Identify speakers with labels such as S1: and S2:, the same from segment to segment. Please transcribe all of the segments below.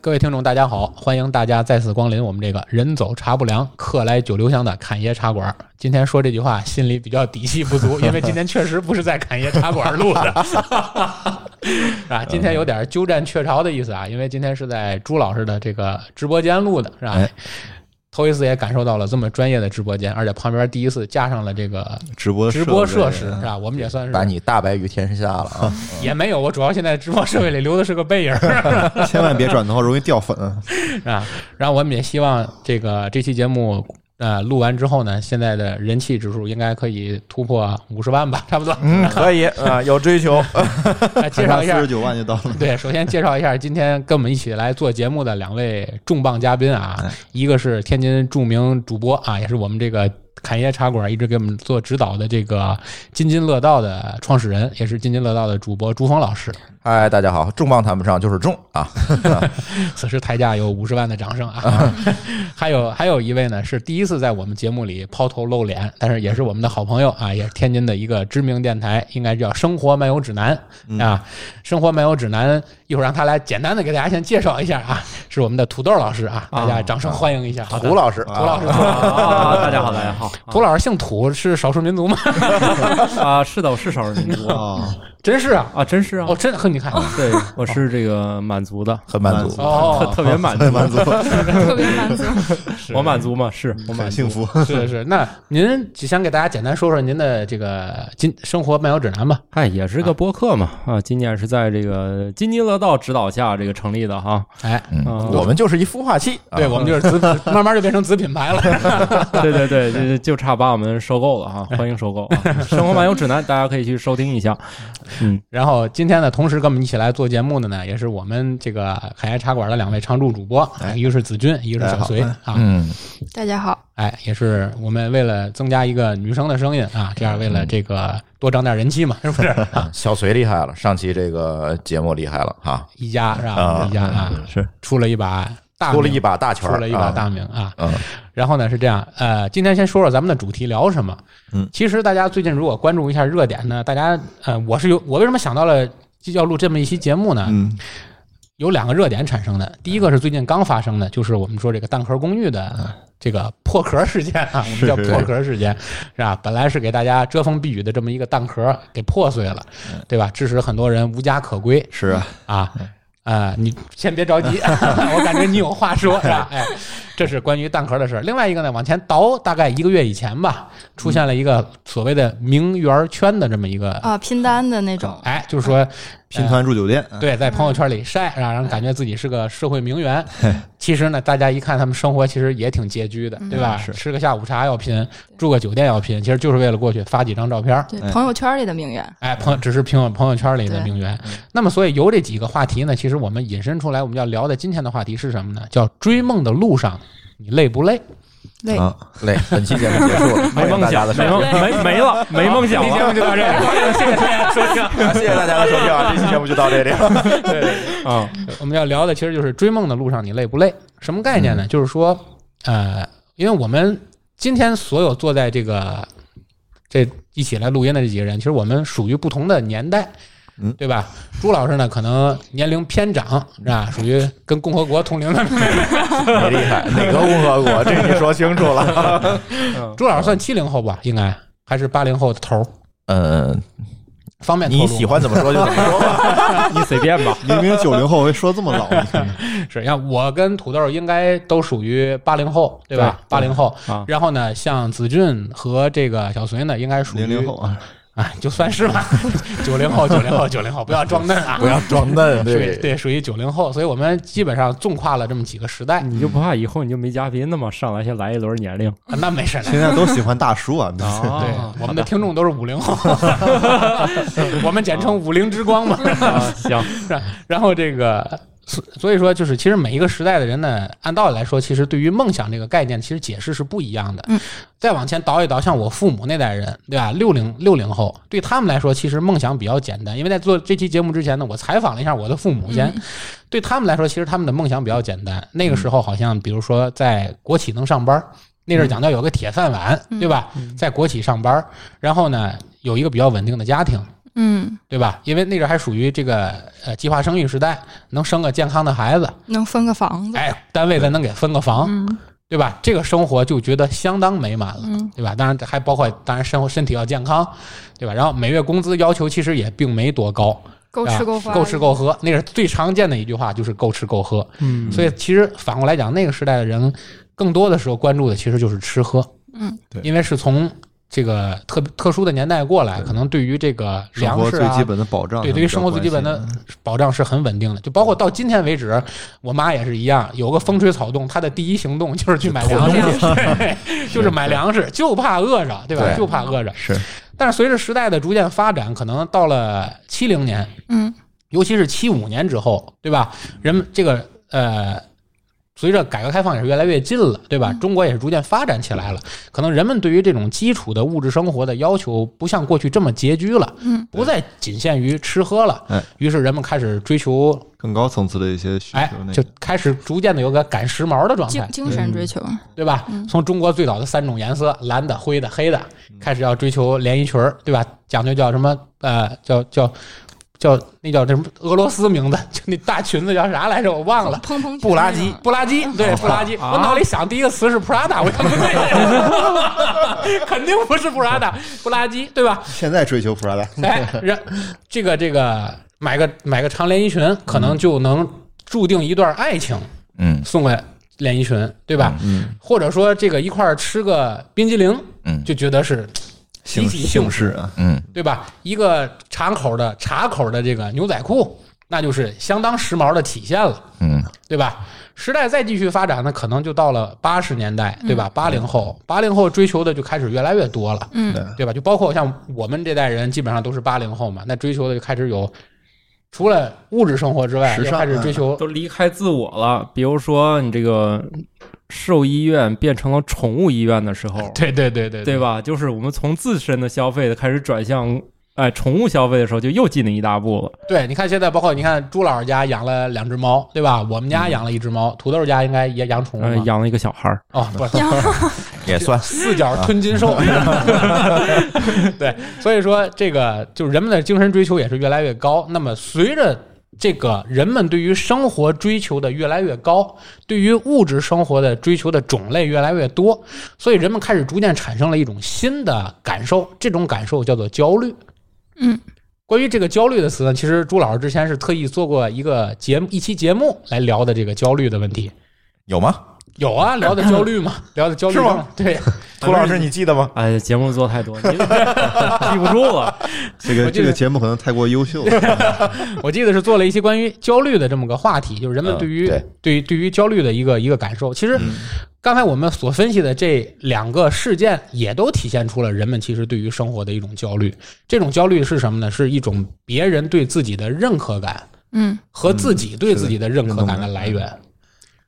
S1: 各位听众，大家好，欢迎大家再次光临我们这个“人走茶不凉，客来酒留香”的侃爷茶馆。今天说这句话，心里比较底气不 足，因为今天确实不是在侃爷茶馆录的，啊，今天有点鸠占鹊巢的意思啊，因为今天是在朱老师的这个直播间录的，是吧
S2: 哎？
S1: 头一次也感受到了这么专业的直播间，而且旁边第一次加上了这个
S2: 直播
S1: 直播设
S2: 呃设
S1: 施，是吧？我们也算是
S3: 把你大白于天下了啊！
S1: 也没有，我主要现在直播设备里留的是个背影儿
S2: 备， 千万别转头，容易掉粉。
S1: 啊。然后我们也希望这个这期节目呃录完之后呢，现在的人气指数应该可以突破五十万吧，差不多。
S3: 嗯，可以啊，有追求。
S1: 来 介绍一
S2: 四
S1: 下
S2: 十，九万就到了。
S1: 对，首先介绍一下今天跟我们一起来做节目的两位重磅嘉宾啊，一个是天津著名主播啊，也是我们这个侃爷茶馆一直给我们做指导的这个津津乐道的创始人，也是津津乐道的主播朱峰老师。
S3: 嗨，哎大家好，重磅谈不上，就是重啊！
S1: 此时台下有五十万的掌声啊！ 还有还有一位呢，是第一次在我们节目里抛头露脸，但是也是我们的好朋友啊，也是天津的一个知名电台，应该叫《生活漫游指南》啊，《生活漫游指南》一会儿让他来简单的给大家先介绍一下啊，是我们的土豆老师啊，大家掌声欢迎一下，好的
S3: 胡老师，
S1: 土老 师。
S4: 啊，大家好，大家好。
S1: 土老师姓土是少数民族吗？
S4: 啊，是的，我是少数民族啊，
S2: 啊，
S1: 真是啊！
S4: 啊真是啊
S1: 哦，，真的呵，你看，
S4: 对，我是这个满族的，
S3: 很满足
S2: 满，
S4: 特
S1: 哦，
S4: 特别满足，
S2: 满足，
S5: 特别满足。
S4: 我满足吗？是我满
S2: 很
S4: 足
S2: 幸福。
S1: 是是是。那您先给大家简单说说您的这个今生活漫游指南吧。
S4: 哎，也是个播客嘛啊，今年是在这个津津乐道指导下这个成立的哈。
S1: 哎，
S3: 嗯
S4: 啊，
S3: 我们就是一孵化器，啊
S1: 对，我们就是子， 慢慢就变成子品牌了。
S4: 对对对，就就差把我们收购了哈，欢迎收购啊。生活漫游指南，大家可以去收听一下。嗯，
S1: 然后今天呢，同时跟我们一起来做节目的呢，也是我们这个海盐茶馆的两位常驻主播，啊一个是子君，一个是小隋啊。
S3: 哎嗯，
S5: 大家好，
S1: 哎，也是我们为了增加一个女生的声音
S3: 嗯
S1: 啊，这样为了这个多涨点人气嘛，是不 是？
S3: 小隋厉害了，上期这个节目厉害了哈，
S1: 一家是吧
S3: 啊？
S1: 一家啊，
S2: 是
S1: 出了一把大，
S3: 出了一，把大
S1: 出
S3: 权儿，
S1: 了一把
S3: 啊
S1: 大名啊。
S3: 嗯，
S1: 然后呢是这样，呃，今天先说说咱们的主题聊什么。
S2: 嗯，
S1: 其实大家最近如果关注一下热点呢，大家呃，我是有我为什么想到了要录这么一期节目呢？
S2: 嗯，
S1: 有两个热点产生的，第一个是最近刚发生的，就是我们说这个蛋壳公寓的这个破壳事件 啊，我们叫
S2: 嗯是
S1: 破壳事件，是吧？本来是给大家遮风避雨的这么一个蛋壳给破碎了，
S2: 嗯
S1: 对吧？致使很多人无家可归
S2: 是啊，
S3: 嗯
S1: 啊。啊，你先别着 急，我感觉你有话说，是吧？哎，这是关于蛋壳的事儿。另外一个呢，往前倒大概一个月以前吧，出现了一个所谓的名媛圈的这么一个，
S5: 啊，拼单的那种，
S1: 哎，就是说
S2: 拼团住酒店，
S1: 对，在朋友圈里晒，让人感觉自己是个社会名媛。 其实呢，大家一看他们生活其实也挺拮据的，对吧？
S2: 是
S1: 吃个下午茶要拼，住个酒店要拼，其实就是为了过去发几张照片儿。
S5: 对
S2: 哎，
S5: 朋友圈里的名媛，
S1: 哎，朋友只是朋友朋友圈里的名媛。那么，所以由这几个话题呢，其实我们引申出来，我们要聊的今天的话题是什么呢？叫追梦的路上，你累不累？
S5: 累，
S2: 啊，
S3: 嗯累，本期节目结束了，
S4: 没
S3: 欢迎
S4: 梦
S3: 大家
S4: 想
S3: 的，收
S4: 没梦
S3: 听，
S4: 没没了，没梦想
S1: 今天节
S4: 了
S1: 目就到这里。谢谢大家收听。
S3: 啊谢谢大家的收听啊，这期节目就到这里了。
S4: 啊。
S1: 我们要聊的其实就是追梦的路上你累不累？什么概念呢？就是说，呃，因为我们今天所有坐在这个这一起来录音的这几个人，其实我们属于不同的年代。
S2: 嗯
S1: 对吧？朱老师呢，可能年龄偏长，是吧？属于跟共和国同龄的。
S3: 你厉害，哪个共和国？这你说清楚了。
S1: 朱老师算七零后吧，应该还是八零后的头儿，
S3: 嗯，
S1: 方便透露
S3: 你喜欢怎么说就怎么说 吧。
S4: 你随便吧。
S2: 明明九零后会说这么老，你看
S1: 是，像我跟土豆应该都属于八零后，对吧？八
S4: 对对
S1: 零后
S4: 啊。
S1: 然后呢，像子俊和这个小隋呢，应该属于
S2: 零零后啊，
S1: 哎，就算是吧， 九零后，九零后，九零后，不要装嫩啊！
S3: 不要装 嫩，
S1: 属于对，属于九零后，所以我们基本上纵跨了这么几个时代，
S4: 你
S3: 嗯
S4: 就不怕以后你就没嘉宾了吗？上来先来一轮年龄
S1: 啊那没事儿。
S2: 现在都喜欢大叔啊，
S4: 啊
S1: 对， 我们的听众都是五零后， 我们简称“五零之光”嘛。
S4: 啊， 行，
S1: 然后这个，所所以说就是，其实每一个时代的人呢，按道理来说，其实对于梦想这个概念，其实解释是不一样的。
S5: 嗯，
S1: 再往前倒一倒，像我父母那代人，对吧？六零六零后，对他们来说，其实梦想比较简单，因为在做这期节目之前呢，我采访了一下我的父母先，
S5: 嗯
S1: 对他们来说，其实他们的梦想比较简单。那个时候好像，比如说在国企能上班，那阵儿讲到有个铁饭碗，对吧？在国企上班，然后呢有一个比较稳定的家庭，
S5: 嗯，
S1: 对吧？因为那阵儿还属于这个呃计划生育时代，能生个健康的孩子，
S5: 能分个房子，
S1: 哎，单位咱能给分个房，
S5: 嗯
S1: 对吧？这个生活就觉得相当美满了，
S5: 嗯
S1: 对吧？当然还包括，当然生活身体要健康，对吧？然后每月工资要求其实也并没多高，
S5: 够
S1: 啊
S5: 吃够花，
S1: 够吃够喝，那是最常见的一句话，就是够吃够喝。
S4: 嗯
S1: 所以其实反过来讲，那个时代的人更多的时候关注的其实就是吃喝，
S5: 嗯，
S3: 对
S1: 因为是从这个特特殊的年代过来，可能对于这个
S3: 生
S1: 粮
S3: 活
S1: 食
S3: 最
S1: 啊
S3: 基。本的保障，
S1: 对，对于生活最基本的保障是很稳定的，就包括到今天为止，我妈也是一样，有个风吹草动，她的第一行动就是去买粮食，对 就是买粮食，就怕饿着，对吧？
S6: 对
S1: 就怕饿着。
S6: 是
S1: 但是随着时代的逐渐发展，可能到了七零年，
S5: 嗯
S1: 尤其是七五年之后，对吧？人们这个呃，随着改革开放也是越来越近了，对吧？
S5: 嗯
S1: 中国也是逐渐发展起来了，可能人们对于这种基础的物质生活的要求不像过去这么拮据了，
S5: 嗯
S1: 不再仅限于吃喝了
S3: 哎。
S1: 于是人们开始追求，
S3: 更高层次的一些需
S1: 哎
S3: 求，那
S1: 就
S3: 个
S1: 开始逐渐的有个赶时髦的状
S5: 精
S1: 态，
S5: 精神追求，
S1: 对吧
S5: 嗯？
S1: 从中国最早的三种颜色，蓝的、灰的、黑的，
S3: 嗯
S1: 开始要追求连衣裙儿，对吧？讲究叫什么？呃，叫叫叫那叫什么俄罗斯名字？就那大裙子叫啥来着？我忘了。
S5: 砰砰
S1: 布拉吉，布拉吉，对，布拉吉。
S4: 啊
S1: 我脑里想第一个词是 Prada，我看不对， 肯定不是 Prada，布拉吉，对吧？
S3: 现在追求 Prada，
S1: 哎，然这个这个买个买个长连衣裙，可能就能注定一段爱情，
S6: 嗯
S1: 送个连衣裙，对吧？
S3: 嗯
S1: 或者说这个一块儿吃个冰激凌，
S6: 嗯
S1: 就觉得是集
S3: 姓
S1: 体幸
S3: 姓
S1: 福，
S3: 氏啊，
S6: 嗯
S1: 对吧？一个茶口的茶口的这个牛仔裤，那就是相当时髦的体现了，
S6: 嗯
S1: 对吧？时代再继续发展呢，可能就到了八十年代，对吧？八零后，八零后追求的就开始越来越多了，
S5: 嗯
S3: 对
S1: 对吧？就包括像我们这代人，基本上都是八零后嘛，那追求的就开始有。除了物质生活之外，
S3: 时
S1: 也
S3: 尚
S1: 开始追求
S4: 都离开自我了。比如说你这个兽医院变成了宠物医院的时
S3: 啊
S4: 候，
S1: 对对对对
S4: 对？吧？就是我们从自身的消费的开始转向。哎，宠物消费的时候就又进了一大步了。
S1: 对，你看现在包括你看朱老师家养了两只猫，对吧？我们家养了一只猫，土豆家应该也养宠物
S3: 嗯
S4: 呃，
S1: 吧？
S4: 养了一个小孩儿，
S1: 哦，不，
S6: 也 算
S1: 四脚吞金兽。 对，所以说这个就是人们的精神追求也是越来越高。那么随着这个人们对于生活追求的越来越高，对于物质生活的追求的种类越来越多，所以人们开始逐渐产生了一种新的感受，这种感受叫做焦虑。
S5: 嗯，
S1: 关于这个焦虑的词呢，其实朱老师之前是特意做过一个节目一期节目来聊的这个焦虑的问题。
S6: 有 吗？
S1: 有啊，聊的焦 虑嘛，聊的焦虑
S6: 是吗
S1: 症对，
S6: 涂老师，你记得吗？
S4: 哎，节目做太多，你 记不住了。
S3: 这
S1: 我记得
S3: 个这个节目可能太过优秀了，
S1: 我记得是做了一些关于焦虑的这么个话题，就是人们
S6: 嗯
S1: 对于、
S6: 对
S1: 对于对于焦虑的一个一个感受。其实
S3: 嗯
S1: 刚才我们所分析的这两个事件，也都体现出了人们其实对于生活的一种焦虑。这种焦虑是什么呢？是一种别人对自己的认可感
S5: 嗯
S1: 和自己对自己的认可感的来
S3: 是的
S1: 源。
S3: 认同
S1: 嗯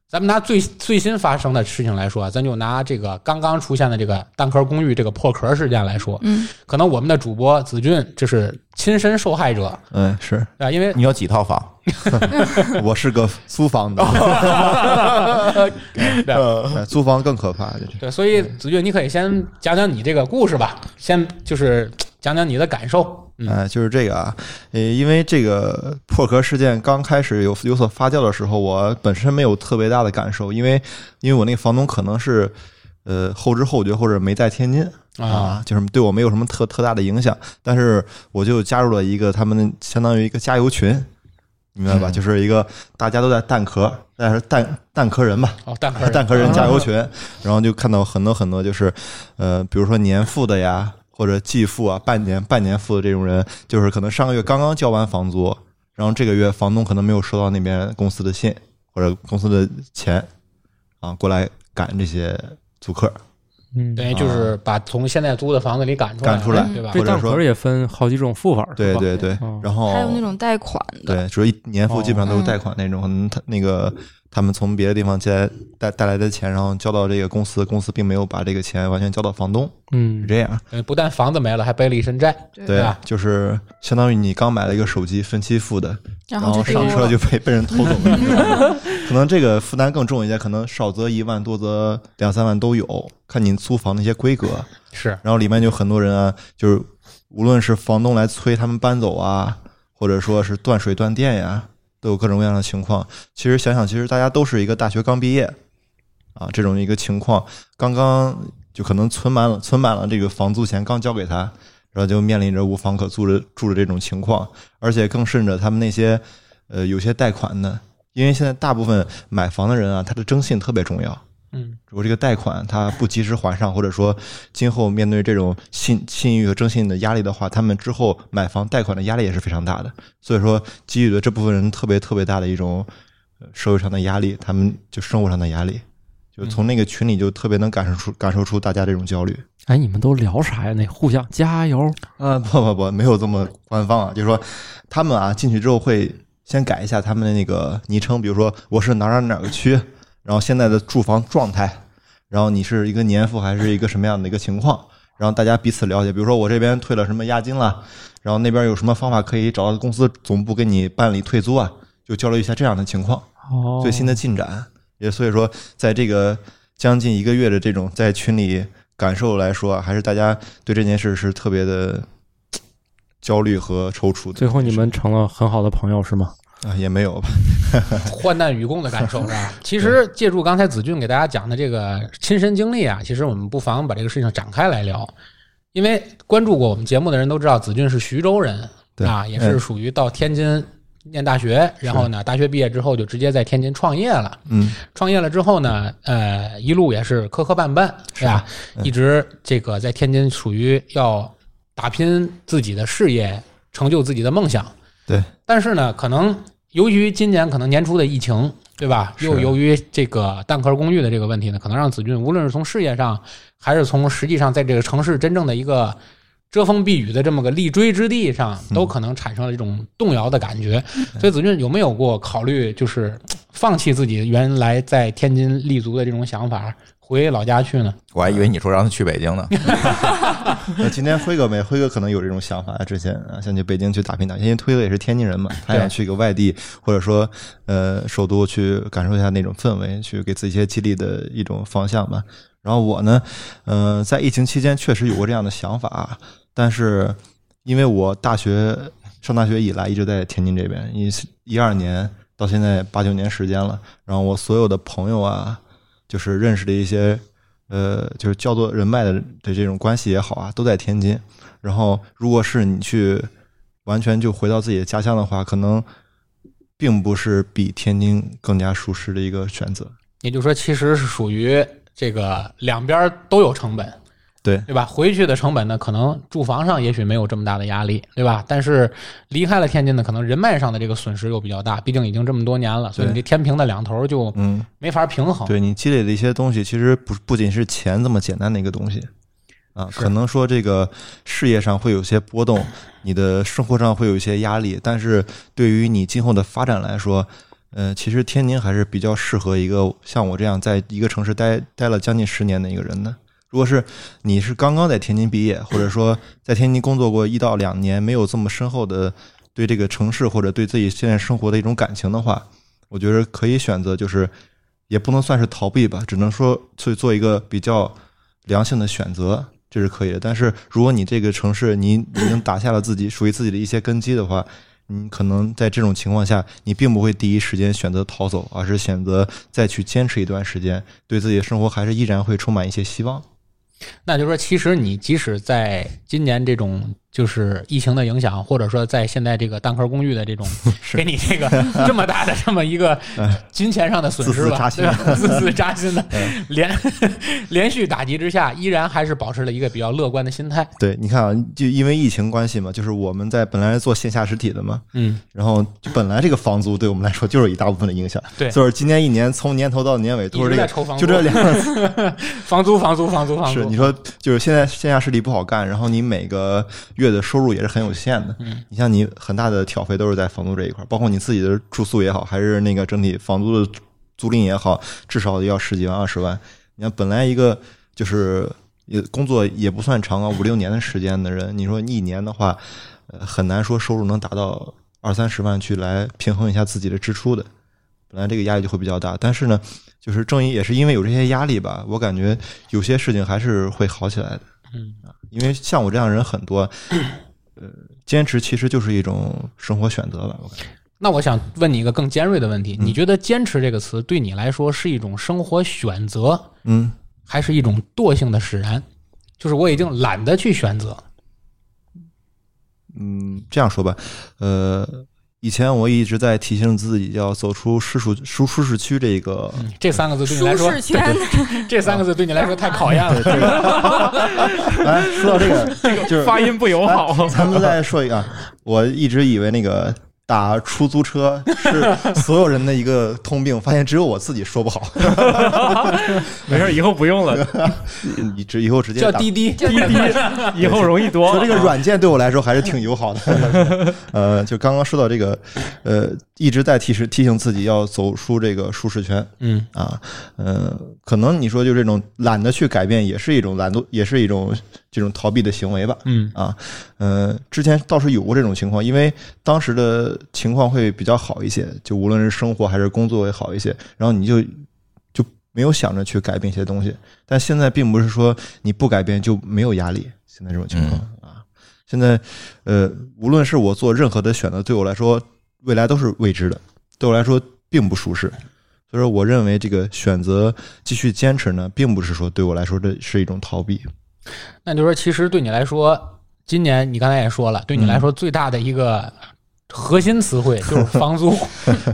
S1: 咱们拿最最新发生的事情来说啊，咱就拿这个刚刚出现的这个蛋壳公寓这个破壳事件来说，
S5: 嗯
S1: 可能我们的主播子俊这是亲身受害者
S3: 嗯，是
S1: 啊，因为
S6: 你有几套房？
S3: 我是个租房的，哎租房更可怕，就是
S1: 对，所以子俊，你可以先讲讲你这个故事吧，先就是讲讲你的感受。嗯
S3: 呃，就是这个啊，呃，因为这个破壳事件刚开始有有所发酵的时候，我本身没有特别大的感受，因为因为我那个房东可能是呃后知后觉或者没在天津
S1: 啊，
S3: 啊，就是对我没有什么特特大的影响，但是我就加入了一个他们相当于一个加油群，你明白
S1: 嗯
S3: 吧？就是一个大家都在蛋壳，但是蛋蛋壳人吧，
S1: 哦，蛋壳
S3: 蛋壳人加油群，然后就看到很多很多就是，呃，比如说年付的呀，或者季付啊，半年半年付的这种人，就是可能上个月刚刚交完房租，然后这个月房东可能没有收到那边公司的信或者公司的钱，啊，过来赶这些租客，
S4: 嗯，
S1: 等于就是把从现在租的房子里赶出来，
S3: 赶出来
S1: 对吧
S4: 这？
S3: 或者
S4: 蛋
S3: 说
S4: 壳也分好几种付法，
S3: 对
S4: 是吧
S3: 对对
S4: 哦，
S3: 然后
S5: 还有那种贷款的，
S3: 对，主要一年付基本上都是贷款那种，可能他那个他们从别的地方借来带带来的钱，然后交到这个公司，公司并没有把这个钱完全交到房东，是
S4: 嗯，
S3: 这样。
S1: 呃不但房子没了，还背了一身债。
S3: 对
S1: 吧，
S3: 就是相当于你刚买了一个手机分期付的，
S5: 然
S3: 然
S5: 后
S3: 后
S5: 就
S3: 哦上
S5: 丢
S3: 车
S5: 了
S3: 就 被被人偷走了，你知道吗可能这个负担更重一些，可能少则一万，多则两三万都有，看你租房的一些规格。
S1: 是，
S3: 然后里面就很多人啊，就是无论是房东来催他们搬走啊，或者说是断水断电呀、都有各种各样的情况。其实想想，其实大家都是一个大学刚毕业啊，这种一个情况，刚刚就可能存满了存满了这个房租钱，刚交给他，然后就面临着无房可住的住的这种情况，而且更甚者，他们那些呃有些贷款的，因为现在大部分买房的人啊，他的征信特别重要。
S1: 嗯，
S3: 如果这个贷款他不及时还上，或者说今后面对这种信信誉和征信的压力的话，他们之后买房贷款的压力也是非常大的。所以说，给予了这部分人特别特别大的一种呃社会上的压力，他们就生活上的压力，就从那个群里就特别能感受出感受出大家这种焦虑。
S4: 哎，你们都聊啥呀？那互相加油，
S3: 啊，不不不，没有这么官方啊，就是说他们啊进去之后会先改一下他们的那个昵称，比如说我是哪儿哪儿哪儿个区，然后现在的住房状态，然后你是一个年付还是一个什么样的一个情况，然后大家彼此了解，比如说我这边退了什么押金了，然后那边有什么方法可以找到公司总部给你办理退租啊，就交流一下这样的情况。
S4: 哦
S3: 最新的进展。也所以说，在这个将近一个月的这种在群里感受来说啊，还是大家对这件事是特别的嘖焦虑和踌躇的。
S4: 最后你们成了很好的朋友是吗？
S3: 啊也没有吧？
S1: 患难与共的感受是吧？其实借助刚才子俊给大家讲的这个亲身经历啊，其实我们不妨把这个事情展开来聊，因为关注过我们节目的人都知道，子俊是徐州人
S3: 对
S1: 啊，也是属于到天津念大学，然后呢，大学毕业之后就直接在天津创业了。
S3: 嗯，
S1: 创业了之后呢，呃，一路也是磕磕绊绊，是吧？一直这个在天津属于要打拼自己的事业，成就自己的梦想。
S3: 对，
S1: 但是呢，可能由于今年可能年初的疫情，对吧？
S3: 是
S1: 又由于这个蛋壳公寓的这个问题呢，可能让子俊无论是从事业上，还是从实际上在这个城市真正的一个遮风避雨的这么个立锥之地上，都可能产生了一种动摇的感觉。所以子俊有没有过考虑，就是放弃自己原来在天津立足的这种想法，回老家去呢？
S7: 我还以为你说让他去北京呢。
S3: 那今天辉哥没，辉哥可能有这种想法，之前啊，想去北京去打拼打拼，因为辉哥也是天津人嘛，他想去一个外地，或者说呃首都去感受一下那种氛围，去给自己一些激励的一种方向吧。然后我呢，嗯、在疫情期间确实有过这样的想法，啊但是因为我大学上大学以来一直在天津这边，一一二年到现在八九年时间了，然后我所有的朋友啊，就是认识的一些呃，就是叫做人脉的的这种关系也好啊，都在天津。然后，如果是你去完全就回到自己的家乡的话，可能并不是比天津更加舒适的一个选择。
S1: 也就是说，其实是属于这个两边都有成本，
S3: 对
S1: 对吧？回去的成本呢，可能住房上也许没有这么大的压力，对吧？但是离开了天津呢，可能人脉上的这个损失又比较大，毕竟已经这么多年了，所以你
S3: 对
S1: 这天平的两头就
S3: 嗯，
S1: 没法平衡。
S3: 对你积累的一些东西，其实不不仅是钱这么简单的一个东西啊，
S1: 是
S3: 可能说这个事业上会有些波动，你的生活上会有一些压力，但是对于你今后的发展来说，呃，其实天津还是比较适合一个像我这样在一个城市待待了将近十年的一个人的。如果是你是刚刚在天津毕业，或者说在天津工作过一到两年，没有这么深厚的对这个城市或者对自己现在生活的一种感情的话，我觉得可以选择就是也不能算是逃避吧，只能说去做一个比较良性的选择，这是可以的。但是如果你这个城市你已经打下了自己属于自己的一些根基的话，你可能在这种情况下，你并不会第一时间选择逃走，而是选择再去坚持一段时间，对自己的生活还是依然会充满一些希望。
S1: 那就是说，其实你即使在今年这种就是疫情的影响，或者说在现在这个蛋壳公寓的这 种给你这个这么大的这么一个金钱上的损失吧，
S3: 嗯自
S1: 对吧？自
S3: 私扎
S1: 私扎心的连 连续打击之下，依然还是保持了一个比较乐观的心态。
S3: 对，你看啊，就因为疫情关系嘛，就是我们在本来是做线下实体的嘛，
S1: 嗯，
S3: 然后就本来这个房租对我们来说就是一大部分的影响，
S1: 对
S3: 就是今年一年从年头到年尾
S1: 一
S3: 都是
S1: 直
S3: 这
S1: 在
S3: 个，
S1: 愁房租，
S3: 就这两个
S1: 房租房租房租房租。
S3: 是你说就是现在线下实体不好干，然后你每个月的收入也是很有限的，
S1: 嗯，
S3: 你像你很大的挑费都是在房租这一块，包括你自己的住宿也好，还是那个整体房租的租赁也好，至少要十几万二十万。你看本来一个就是也工作也不算长啊，五六年的时间的人，你说一年的话，呃，很难说收入能达到二三十万去来平衡一下自己的支出的，本来这个压力就会比较大。但是呢，就是正因也是因为有这些压力吧，我感觉有些事情还是会好起来的。啊
S1: 嗯，
S3: 因为像我这样的人很多，呃，坚持其实就是一种生活选择吧。我感觉
S1: 那我想问你一个更尖锐的问题：
S3: 嗯
S1: 你觉得“坚持”这个词对你来说是一种生活选择，
S3: 嗯，
S1: 还是一种惰性的使然？就是我已经懒得去选择，
S3: 嗯，这样说吧，呃，以前我一直在提醒自己要走出舒适舒舒适区这一个，
S1: 这三个字对你来
S5: 舒
S1: 说，
S5: 适圈
S1: 这三个字对你来说太考验了。
S3: 哎，说到这 个， 就是
S4: 发音不友好。
S3: 咱们再说一个，啊我一直以为那个打出租车是所有人的一个通病，发现只有我自己说不好，
S4: 没事，以后不用 了，
S3: 你直以后直 接
S1: 叫
S3: 打
S1: 滴滴，
S4: 滴滴以后容易多啊
S3: 所以
S4: 了。
S3: 这个软件对我来说还是挺友好的。 呃，就刚刚说到这个，呃，一直在提示提醒自己要走出这个舒适圈
S1: 嗯，
S3: 啊。呃，可能你说就这种懒得去改变，也是一种懒惰，也是一种这种逃避的行为吧。
S1: 嗯
S3: 啊，呃，之前倒是有过这种情况，因为当时的情况会比较好一些，就无论是生活还是工作会好一些，然后你就就没有想着去改变一些东西。但现在并不是说你不改变就没有压力，现在这种情况、啊，现在呃，无论是我做任何的选择，对我来说未来都是未知的，对我来说并不舒适。所以说，我认为这个选择继续坚持呢，并不是说对我来说这是一种逃避。
S1: 那就是说，其实对你来说，今年你刚才也说了，对你
S3: 嗯
S1: 来说最大的一个核心词汇就是 房租，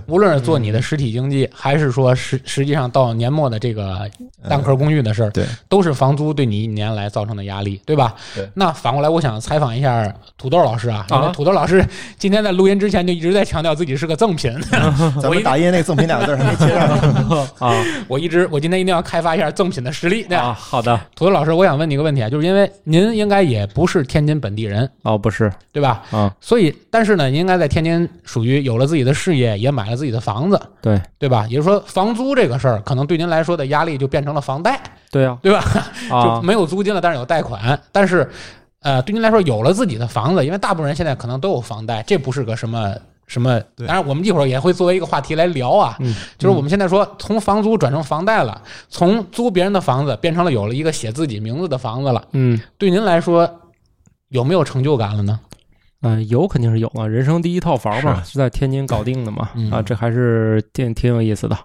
S1: 无论是做你的实体经济，还是说实实际上到年末的这个蛋壳公寓的事儿，
S3: 嗯对，
S1: 都是房租对你一年来造成的压力，对吧？
S3: 对
S1: 那反过来，我想采访一下土豆老师啊，因
S4: 啊
S1: 为土豆老师今天在录音之前就一直在强调自己是个赠品，
S3: 呃咱们打印那个“赠品”两个字儿还没接上呢。
S4: 啊
S1: 我一直我今天一定要开发一下赠品的实力。对吧
S4: 啊，好的
S1: 土豆老师，我想问你一个问题啊，就是因为您应该也不是天津本地人，
S4: 哦，不是
S1: 对吧？
S4: 啊，
S1: 所以，但是呢，您应该在天津属于有了自己的事业，也买了自己的房子，
S4: 对
S1: 对吧？也就是说，房租这个事儿，可能对您来说的压力就变成了房贷，
S4: 对啊，
S1: 对吧？就
S4: 啊，
S1: 没有租金了，但是有贷款。但是，呃，对您来说，有了自己的房子，因为大部分人现在可能都有房贷，这不是个什么什么。
S3: 对
S1: 当然，我们一会儿也会作为一个话题来聊啊。
S4: 嗯，
S1: 就是我们现在说，从房租转成房贷了，从租别人的房子变成了有了一个写自己名字的房子了。
S4: 嗯
S1: 对您来说，有没有成就感了呢？
S4: 嗯、呃有肯定是有啊，人生第一套房嘛，是在天津搞定的嘛，
S1: 嗯
S4: 啊，这还是挺挺有意思的。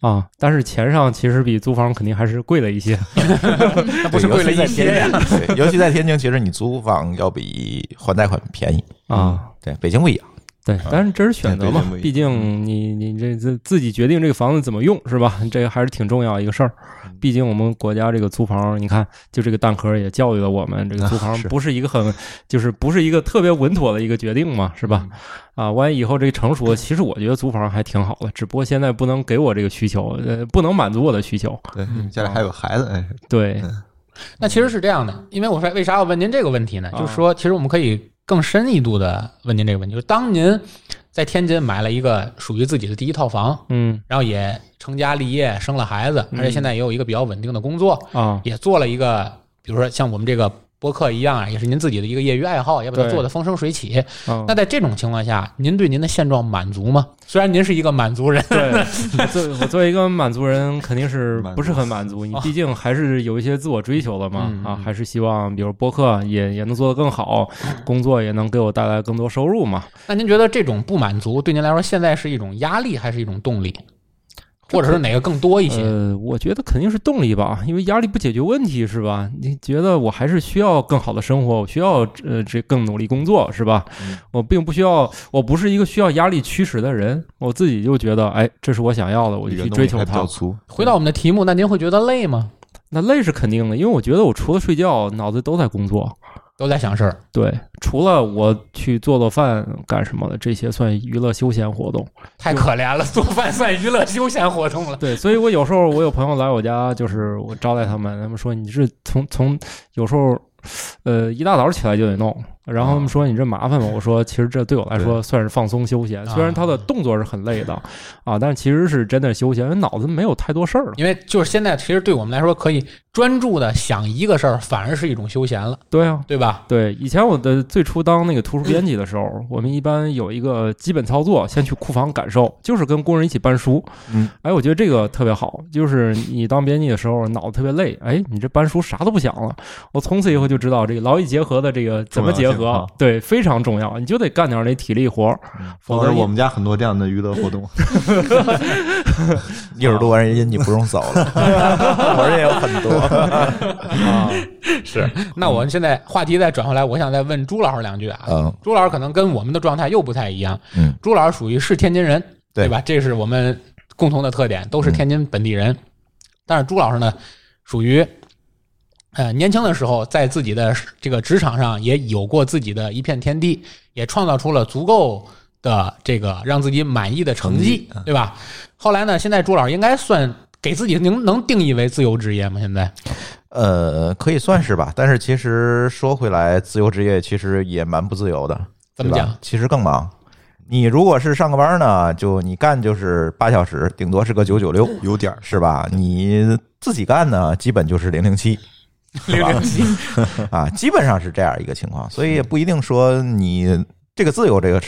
S4: 啊，但是钱上其实比租房肯定还是贵了一些。
S1: 那
S8: 对尤其在
S1: 些呀
S8: 天津，对尤其在天津，其实你租房要比还贷款便宜
S4: 啊。
S8: 对，北京不一样，
S4: 对，但是这是选择嘛
S3: 对对对，
S4: 毕竟你你这自自己决定这个房子怎么用是吧？ 这个还是挺重要一个事儿。毕竟我们国家这个租房，你看，就这个蛋壳也教育了我们，这个租房
S8: 是
S4: 不是一个很，就是不是一个特别稳妥的一个决定嘛，是
S1: 嗯
S4: 吧？啊，万一以后这个成熟了，其实我觉得租房还挺好的，只不过现在不能给我这个需求，呃，不能满足我的需求。
S3: 对，嗯家里还有孩子，哎
S4: 对，
S1: 那其实是这样的，因为我说为啥要问您这个问题呢？
S4: 啊
S1: 就是说，其实我们可以更深一度的问您这个问题，就是当您在天津买了一个属于自己的第一套房，
S4: 嗯
S1: 然后也成家立业，生了孩子，
S4: 嗯
S1: 而且现在也有一个比较稳定的工作，
S4: 啊，
S1: 也做了一个，比如说像我们这个播客一样啊，也是您自己的一个业余爱好，也把它
S4: 对
S1: 做得风生水起。
S4: 啊
S1: 那在这种情况下，您对您的现状满足吗？虽然您是一个满族人，
S4: 对，我作我作为一个满族人，肯定是
S3: 满族
S4: 不是很满足。你
S1: 啊
S4: 毕竟还是有一些自我追求的嘛
S1: 嗯，
S4: 啊
S1: 嗯，
S4: 还是希望比如播客也也能做得更好，工作也能给我带来更多收入嘛。
S1: 那您觉得这种不满足对您来说现在是一种压力还是一种动力，或者是哪个更多一些？
S4: 呃，我觉得肯定是动力吧，因为压力不解决问题是吧？你觉得我还是需要更好的生活，我需要呃这更努力工作是吧？
S1: 嗯
S4: 我并不需要，我不是一个需要压力驱使的人，我自己就觉得哎，这是我想要的，我就去追求
S3: 还比较
S4: 它。
S3: 粗，嗯
S1: 回到我们的题目，那您会觉得累吗？
S4: 那累是肯定的，因为我觉得我除了睡觉，脑子都在工作。
S1: 都在想事儿，
S4: 对，除了我去做做饭干什么的，这些算娱乐休闲活动。
S1: 太可怜 了。做饭算娱乐休闲活动了。
S4: 对，所以我有时候我有朋友来我家，就是我招待他们，他们说你是从从有时候，呃，一大早起来就得弄，然后他们说你这麻烦吗？我说其实这对我啊来说算是放松休闲，虽然他的动作是很累的啊，但其实是真的休闲，因为脑子没有太多事儿了。
S1: 因为就是现在，其实对我们来说，可以专注的想一个事儿，反而是一种休闲了，
S4: 对啊，
S1: 对吧？
S4: 对，以前我的最初当那个图书编辑的时候，我们一般有一个基本操作，先去库房感受，就是跟工人一起搬书。
S3: 嗯，
S4: 哎，我觉得这个特别好，就是你当编辑的时候脑子特别累，哎，你这搬书啥都不想了。我从此以后就知道这个劳逸结合的这个怎么结原则
S2: 啊，
S4: 对非常重要，你就得干点那体力活儿，否
S2: 否
S4: 则
S2: 则
S4: 一
S2: 我们家很多这样的娱乐活动。
S3: 一会儿录完人家你不用走 了，我这也有很多。
S4: 啊，
S1: 是，那我现在话题再转回来，我想再问朱老师两句啊。
S3: 嗯，
S1: 朱老师可能跟我们的状态又不太一样。
S3: 嗯，
S1: 朱老师属于是天津人，
S3: 对
S1: 吧？这是我们共同的特点，都是天津本地人。但是朱老师呢，属于呃年轻的时候在自己的这个职场上也有过自己的一片天地，也创造出了足够的这个让自己满意的成绩，对吧？后来呢，现在朱老师应该算给自己能能定义为自由职业吗？现在
S3: 呃，可以算是吧，但是其实说回来，自由职业其实也蛮不自由的。
S1: 怎么
S3: 对吧
S1: 讲？？
S3: 其实更忙。你如果是上个班呢，就你干就是八小时，顶多是个九九六，有点是吧？你自己干呢，基本就是零 零七，零零七啊，基本上是这样一个情况，所以也不一定说你。这个自由这个，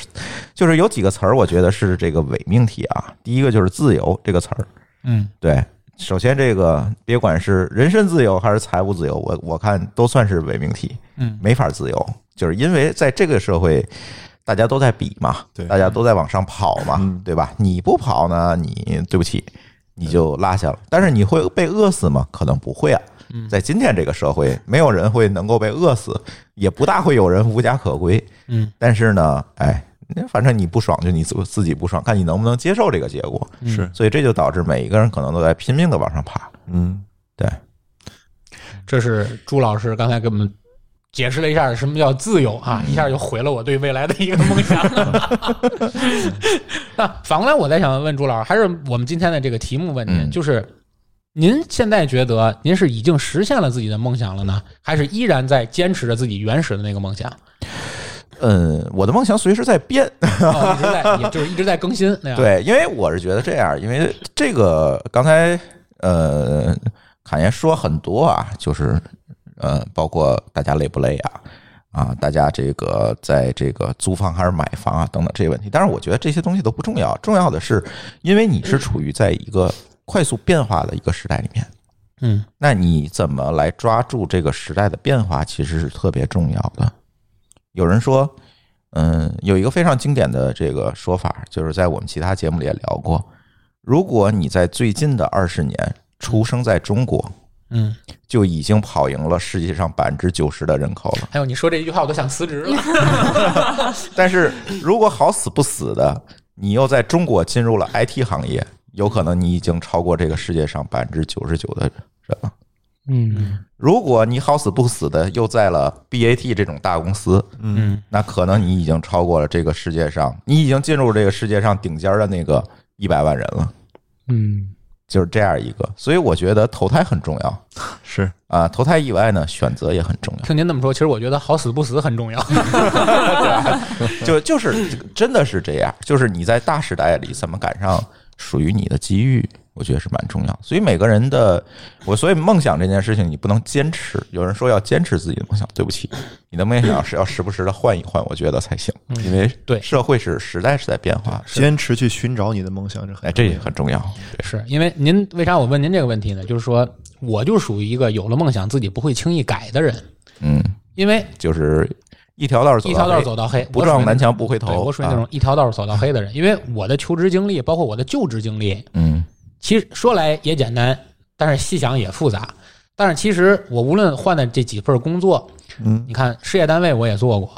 S3: 就是有几个词儿，我觉得是这个伪命题啊。第一个就是自由这个词儿，
S1: 嗯，
S3: 对，首先这个别管是人身自由还是财务自由，我我看都算是伪命题，
S1: 嗯，
S3: 没法自由，就是因为在这个社会，大家都在比嘛，
S2: 对
S3: 大家都在往上跑嘛，
S2: 嗯
S3: 对吧？你不跑呢，你对不起，你就落下了。但是你会被饿死吗？可能不会啊。
S2: 嗯
S3: 在今天这个社会，没有人会能够被饿死，也不大会有人无家可归。
S1: 嗯，
S3: 但是呢，哎，反正你不爽就你自自己不爽，看你能不能接受这个结果。
S1: 嗯
S2: 是，
S3: 所以这就导致每一个人可能都在拼命的往上爬。
S2: 嗯，
S1: 这是朱老师刚才给我们解释了一下什么叫自由啊，
S3: 嗯
S1: 一下就毁了我对未来的一个梦 想。那反过来，我再想问朱老师，还是我们今天的这个题目问您，
S3: 嗯
S1: 就是您现在觉得您是已经实现了自己的梦想了呢，还是依然在坚持着自己原始的那个梦 想，
S3: 嗯，我的梦想随时在变，
S1: 哦一直在，也就是一直在更新那样？，
S3: 对，因为我是觉得这样，因为这个刚才呃，侃爷说很多啊，就是呃，包括大家累不累啊，啊，大家这个在这个租房还是买房啊等等这些问题，但是我觉得这些东西都不重要，重要的是，因为你是处于在一个快速变化的一个时代里面，
S1: 嗯
S3: 那你怎么来抓住这个时代的变化，其实是特别重要的。有人说，嗯，有一个非常经典的这个说法，就是在我们其他节目里也聊过。如果你在最近的二十年出生在中国，
S1: 嗯。
S3: 就已经跑赢了世界上百分之九十的人口了。
S1: 还有你说这一句话，我都想辞职了。
S3: 但是如果好死不死的，你又在中国进入了 IT 行业，有可能你已经超过这个世界上百分之九十九的人了。
S4: 嗯，
S3: 如果你好死不死的又在了 BAT 这种大公司，
S1: 嗯
S3: 那可能你已经超过了这个世界上，你已经进入这个世界上顶尖的那个一百万人了，
S4: 嗯，
S3: 就是这样一个。所以我觉得投胎很重要
S2: 是
S3: 啊，投胎以外呢，选择也很重要。
S1: 听您这么说，其实我觉得好死不死很重要。
S3: 就就是真的是这样，就是你在大时代里怎么赶上属于你的机遇，我觉得是蛮重要。所以每个人的我，所以梦想这件事情你不能坚持。有人说要坚持自己的梦想，对不起，你的梦想是要时不时的换一换，我觉得才行，因为
S1: 对
S3: 社会是时代是在变化，
S2: 坚持去寻找你的梦想，这很
S3: 哎，这也很重要。
S1: 是因为您为啥我问您这个问题呢？就是说，我就属于一个有了梦想自己不会轻易改的人，
S3: 嗯，
S1: 因为
S3: 就是一条道儿走，
S1: 一条道走到黑，
S3: 不
S1: 我属于
S3: 撞南墙不回头。
S1: 对我属于那种
S3: 啊
S1: 一条道走到黑的人。因为我的求职经历，包括我的就职经历，
S3: 嗯
S1: 其实说来也简单，但是细想也复杂。但是其实我无论换的这几份工作，
S2: 嗯，
S1: 你看事业单位我也做过，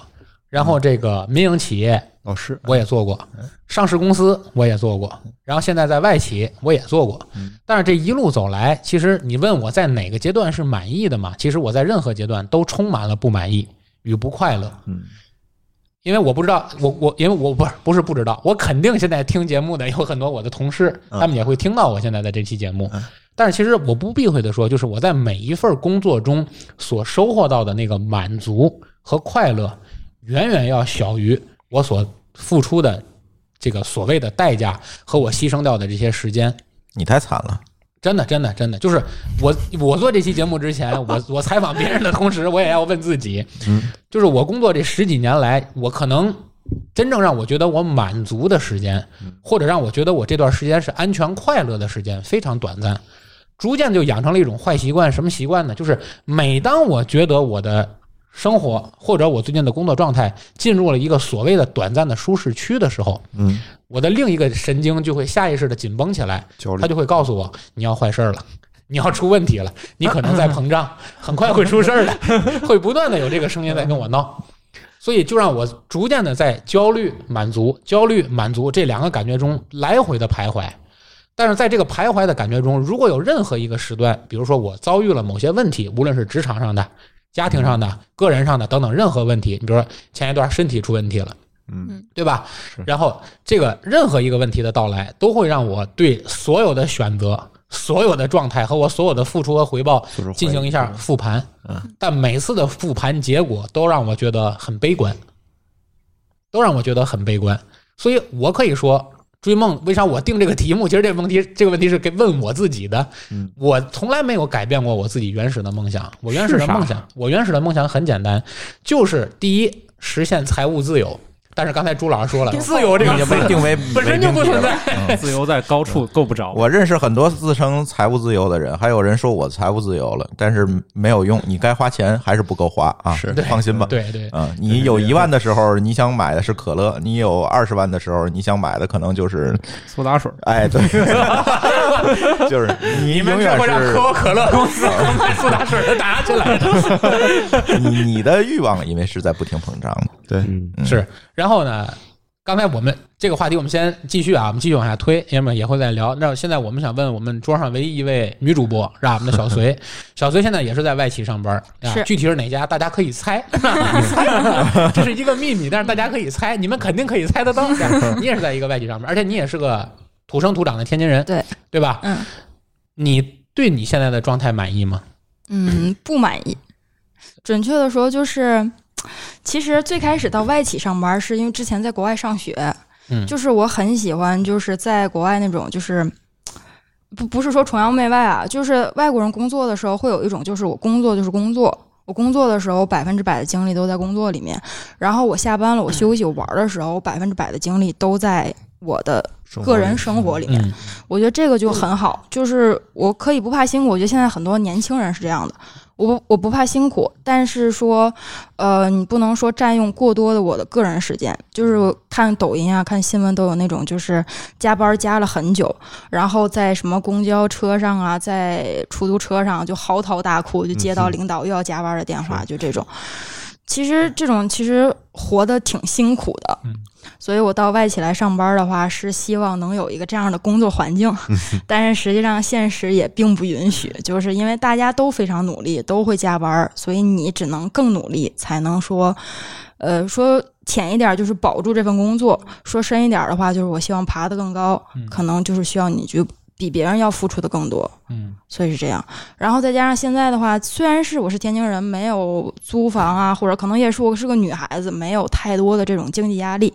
S1: 然后这个民营企业
S2: 老师
S1: 我也做过，上市公司我也做过，然后现在在外企我也做过。
S2: 嗯
S1: 但是这一路走来，其实你问我在哪个阶段是满意的嘛？其实我在任何阶段都充满了不满意与不快乐。
S2: 嗯，
S1: 因为我不知道，我我因为我不是不是不知道，我肯定现在听节目的有很多我的同事，
S2: 嗯
S1: 他们也会听到我现在的这期节目
S2: 嗯。
S1: 但是其实我不避讳的说，就是我在每一份工作中所收获到的那个满足和快乐，远远要小于我所付出的这个所谓的代价和我牺牲掉的这些时间。
S3: 你太惨了，
S1: 真的，真的，真的，就是我我做这期节目之前，我我采访别人的同时，我也要问自己，就是我工作这十几年来，我可能真正让我觉得我满足的时间，或者让我觉得我这段时间是安全快乐的时间，非常短暂。逐渐就养成了一种坏习惯，什么习惯呢？就是每当我觉得我的生活或者我最近的工作状态进入了一个所谓的短暂的舒适区的时候，
S2: 嗯，
S1: 我的另一个神经就会下意识的紧绷起来，
S2: 焦虑
S1: 他，就会告诉我你要坏事儿了。 你要出问题了，你可能在膨 胀，很快会出事儿的， 会不断的有这个声音在跟我闹，所以就让我逐渐的在焦虑、满足、焦虑、满足这两个感觉中来回的徘徊。但是在这个徘徊的感觉中，如果有任何一个时段，比如说我遭遇了某些问题，无论是职场上的、家庭上的、个人上的等等任何问题，你比如说前一段身体出问题了。
S2: 嗯
S1: 对吧？然后这个任何一个问题的到来，都会让我对所有的选择、所有的状态和我所有的付出和回报
S2: 就是
S1: 进行一下复盘。
S2: 嗯，
S1: 但每次的复盘结果都让我觉得很悲观，都让我觉得很悲观。所以我可以说，追梦为啥我定这个题目？ 其实这个问题，这个问题是给问我自己的。
S2: 嗯，
S1: 我从来没有改变过我自己原始的梦想。我原始的
S4: 是啥
S1: 梦想，我原始的梦想很简单，就是第一，实现财务自由。但是刚才朱老师说了， 自由这个
S3: 已经
S1: 词
S3: 被定为
S1: 本身就不存在。
S4: 自由在高处够不着。
S3: 我认识很多自称财务自由的人，还有人说我财务自由了，但是没有用，你该花钱还是不够花啊，
S2: 是
S1: 对
S3: 放心吧。
S1: 对对，
S3: 啊、你有一万的时候，你想买的是可乐；你有二十万的时候，你想买的可能就是，
S4: 苏打水，
S3: 哎，对，就是你
S1: 你
S3: 永
S1: 们这
S3: 远
S1: 会让
S3: 是
S1: 可口可 乐公司公开苏打水的打起来的。
S3: 你你的欲望，因为是在不停膨胀的。
S2: 对，
S4: 嗯，
S3: 嗯
S1: 是，然后呢？刚才我们这个话题，我们先继续啊，我们继续往下推，因为也会再聊。那现在我们想问我们桌上唯一一位女主播是吧？我们的小隋，小隋现在也是在外企上班啊
S5: 是，
S1: 具体是哪家大家可以 猜， 这是一个秘密，但是大家可以猜，你们肯定可以猜得到。你也是在一个外企上班，而且你也是个土生土长的天津人，
S5: 对
S1: 对吧？
S5: 嗯
S1: 你对你现在的状态满意吗？
S5: 嗯，不满意。准确的说，就是其实最开始到外企上班，是因为之前在国外上学，
S1: 嗯
S5: 就是我很喜欢，就是在国外那种就是。不不是说崇洋媚外啊，就是外国人工作的时候会有一种，就是我工作就是工作，我工作的时候百分之百的精力都在工作里面，然后我下班了我休息我玩的时候，我百分之百的精力都在我的
S2: 生活
S5: 个人生活里面。
S1: 嗯
S5: 我觉得这个就很好，就是我可以不怕辛苦。我觉得现在很多年轻人是这样的，我不我不怕辛苦，但是说，呃，你不能说占用过多的我的个人时间。就是我看抖音啊，看新闻都有那种，就是加班加了很久，然后在什么公交车上啊，在出租车上就嚎啕大哭，就接到领导又要加班的电话，就这种。其实这种其实活得挺辛苦的，
S1: 嗯
S5: 所以我到外企来上班的话，是希望能有一个这样的工作环境，
S1: 嗯
S5: 但是实际上现实也并不允许，就是因为大家都非常努力，都会加班儿，所以你只能更努力，才能说，呃，说浅一点就是保住这份工作，说深一点的话就是我希望爬得更高，
S1: 嗯
S5: 可能就是需要你去比别人要付出的更多，
S1: 嗯
S5: 所以是这样。然后再加上现在的话，虽然是我是天津人，没有租房啊，或者可能也是我是个女孩子，没有太多的这种经济压力，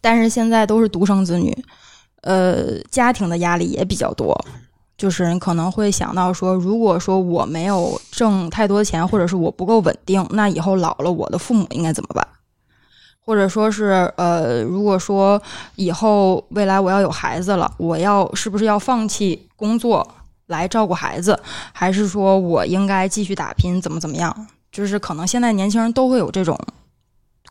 S5: 但是现在都是独生子女，呃，家庭的压力也比较多。就是人可能会想到说，如果说我没有挣太多的钱，或者是我不够稳定，那以后老了，我的父母应该怎么办？或者说是呃，如果说以后未来我要有孩子了，我要是不是要放弃工作来照顾孩子，还是说我应该继续打拼，怎么怎么样？就是可能现在年轻人都会有这种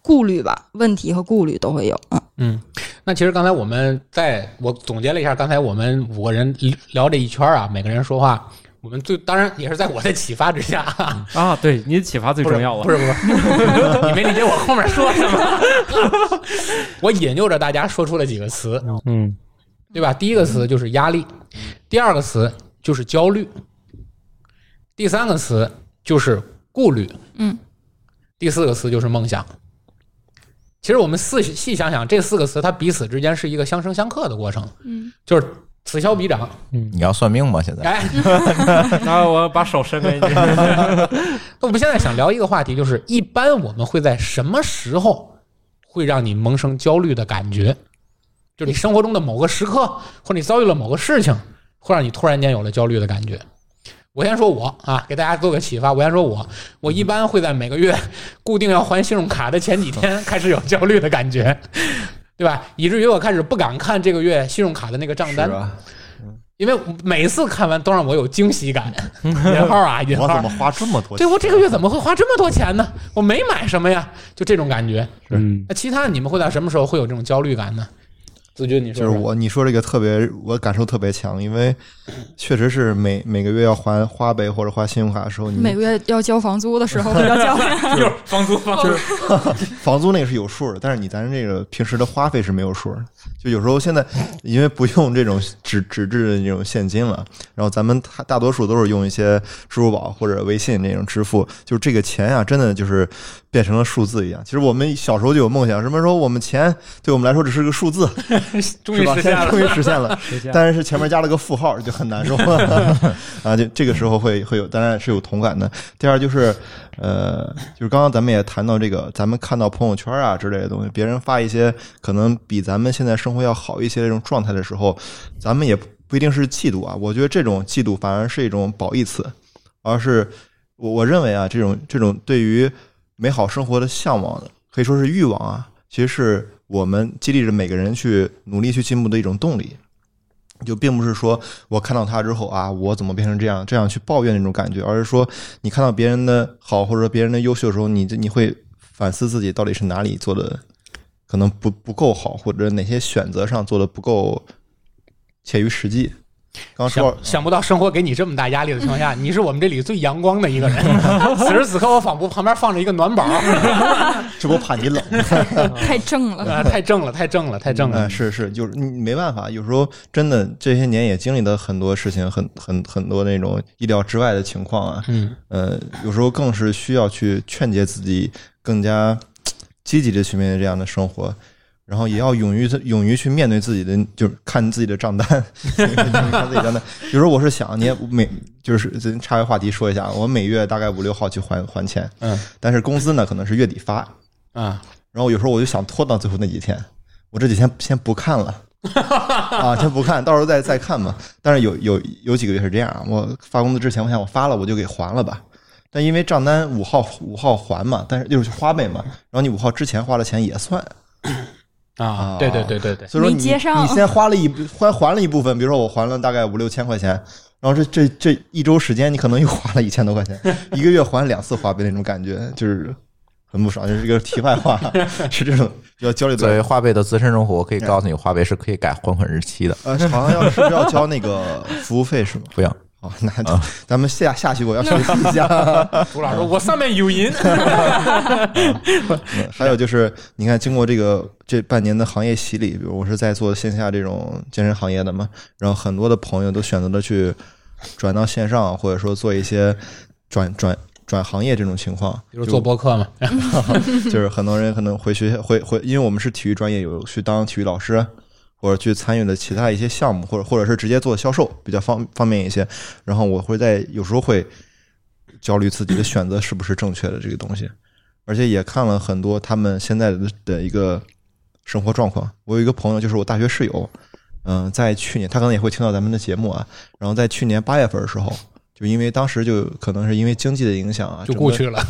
S5: 顾虑吧，问题和顾虑都会有。嗯，
S1: 嗯，那其实刚才我们在我总结了一下，刚才我们五个人聊这一圈啊，每个人说话，我们最当然也是在我的启发之 下，
S4: 啊，对你的启发最重要了。啊
S1: 不是不是，不是你没理解我后面说什么， 我引诱着大家说出了几个词，
S4: 嗯，
S1: 对吧？第一个词就是压力，第二个词就是焦虑，第三个词就是顾虑，
S5: 嗯，
S1: 第四个词就是梦想。其实我们细细想想，这四个词它彼此之间是一个相生相克的过程，
S5: 嗯，
S1: 就是此消彼长。
S3: 你要算命吗？现在
S1: 哎，
S4: 那我把手伸给你。
S1: 那我们现在想聊一个话题，就是一般我们会在什么时候会让你萌生焦虑的感觉？就是你生活中的某个时刻，或者你遭遇了某个事情，会让你突然间有了焦虑的感觉。我先说我啊，给大家做个启发。我先说我，我一般会在每个月固定要还信用卡的前几天 开始有焦虑的感
S2: 啊
S1: 觉，对吧？以至于我开始不敢看这个月信用卡的那个账单
S2: 是，吧？
S1: 因为每次看完都让我有惊喜 感。引号啊，引
S2: 我
S1: 号
S2: 怎么。花这么多钱？
S1: 对我这个月怎么会花这么多钱呢？我没买什么呀，就这种感觉。
S4: 嗯
S1: 那其他你们会在什么时候会有这种焦虑感呢？子君，你说
S2: 就是
S1: 说
S2: 我，你说这个特别，我感受特别强，因为确实是每每个月要还花呗或者花信用卡的时候，你
S5: 每个月要交房租的 时候比较焦虑。
S1: 就是房租房租，
S2: 房租那个是有数的，但是你咱这个平时的花费是没有数的。就有时候现在因为不用这种纸纸质的那种现金了，然后咱们大大多数都是用一些支付宝或者微信那种支付，就是这个钱呀、真的就是变成了数字一样。其实我们小时候就有梦想，什么时候我们钱对我们来说只是个数字，
S1: 终
S2: 是
S1: 于
S2: 吧？
S1: 实
S2: 现
S1: 现
S2: 在
S1: 了。
S2: 终于实现了。
S4: 实现
S2: 但是前面加了个负号就很难受啊，就这个时候会会有，当然是有同感的。第二就是，呃，就是刚刚咱们也谈到这个，咱们看到朋友圈啊之类的东西，别人发一些可能比咱们现在生活要好一些这种状态的时候，咱们也不一定是嫉妒啊。我觉得这种嫉妒反而是一种褒义词，而是我我认为啊，这种这种对于美好生活的向往，可以说是欲望啊，其实是我们激励着每个人去努力去进步的一种动力。就并不是说我看到他之后啊，我怎么变成这样，这样去抱怨那种感觉，而是说你看到别人的好或者别人的优秀的时候，你你会反思自己到底是哪里做的可能不不够好，或者哪些选择上做的不够切于实际。刚刚说到
S1: 想想不到生活给你这么大压力的情况下，你是我们这里最阳光的一个人。此时此刻，我仿佛旁边放着一个暖宝，
S2: 这不怕你冷，
S5: 太正了。
S1: 啊太正了，太正了，太正了
S2: 嗯，。是是，就是你没办法，有时候真的这些年也经历了很多事情，很很很多那种意料之外的情况啊。
S1: 嗯，
S2: 呃，有时候更是需要去劝诫自己更加积极的去面对这样的生活，然后也要勇于勇于去面对自己的，就是看自己的账单， 看自己账单。有时候我是想，你也每就是咱岔开话题说一下，我每月大概五六号去还还钱，
S1: 嗯，
S2: 但是工资呢可能是月底发，
S1: 啊，
S2: 然后有时候我就想拖到最后那几天，我这几天先不看了。啊，先不看，到时候再再看嘛。但是有有有几个月是这样啊，我发工资之前，我想我发了我就给还了吧。但因为账单五号五号还嘛，但是就是花呗嘛，然后你五号之前花了钱也算，
S1: 啊，对对对对 对，
S2: 所以说你
S5: 没接上
S2: 你先花了一还还了一部分，比如说我还了大概五六千块钱，然后这这这一周时间你可能又花了一千多块钱，一个月还两次花呗那种感觉，就是很不爽，就是一个题外话， 是这种比较焦虑
S3: 作
S2: 的
S3: 为花呗的资深用户，我可以告诉你，花呗是可以改还款日期的，
S2: 呃，好像要是不是要交那个服务费是吗？
S3: 不要。
S2: 哦，那就咱们下下去我要学习一下。
S1: 涂老师说，我上面有 银。
S2: 嗯还有就是，你看，经过这个这半年的行业洗礼，比如我是在做线下这种健身行业的嘛，然后很多的朋友都选择了去转到线上，或者说做一些转转转行业这种情况，
S1: 比如做播客嘛，
S2: 就是很多人可能回学校回回，因为我们是体育专业，有去当体育老师，啊或者去参与了其他一些项目，或者或者是直接做销售比较方方便一些。然后我会在有时候会焦虑自己的选择是不是正确的这个东西，而且也看了很多他们现在的的一个生活状况。我有一个朋友，就是我大学室友，嗯，在去年他可能也会听到咱们的节目啊，然后在去年八月份的时候。就因为当时就可能是因为经济的影响啊，
S1: 就
S2: 整
S1: 过
S2: 个
S1: 去了。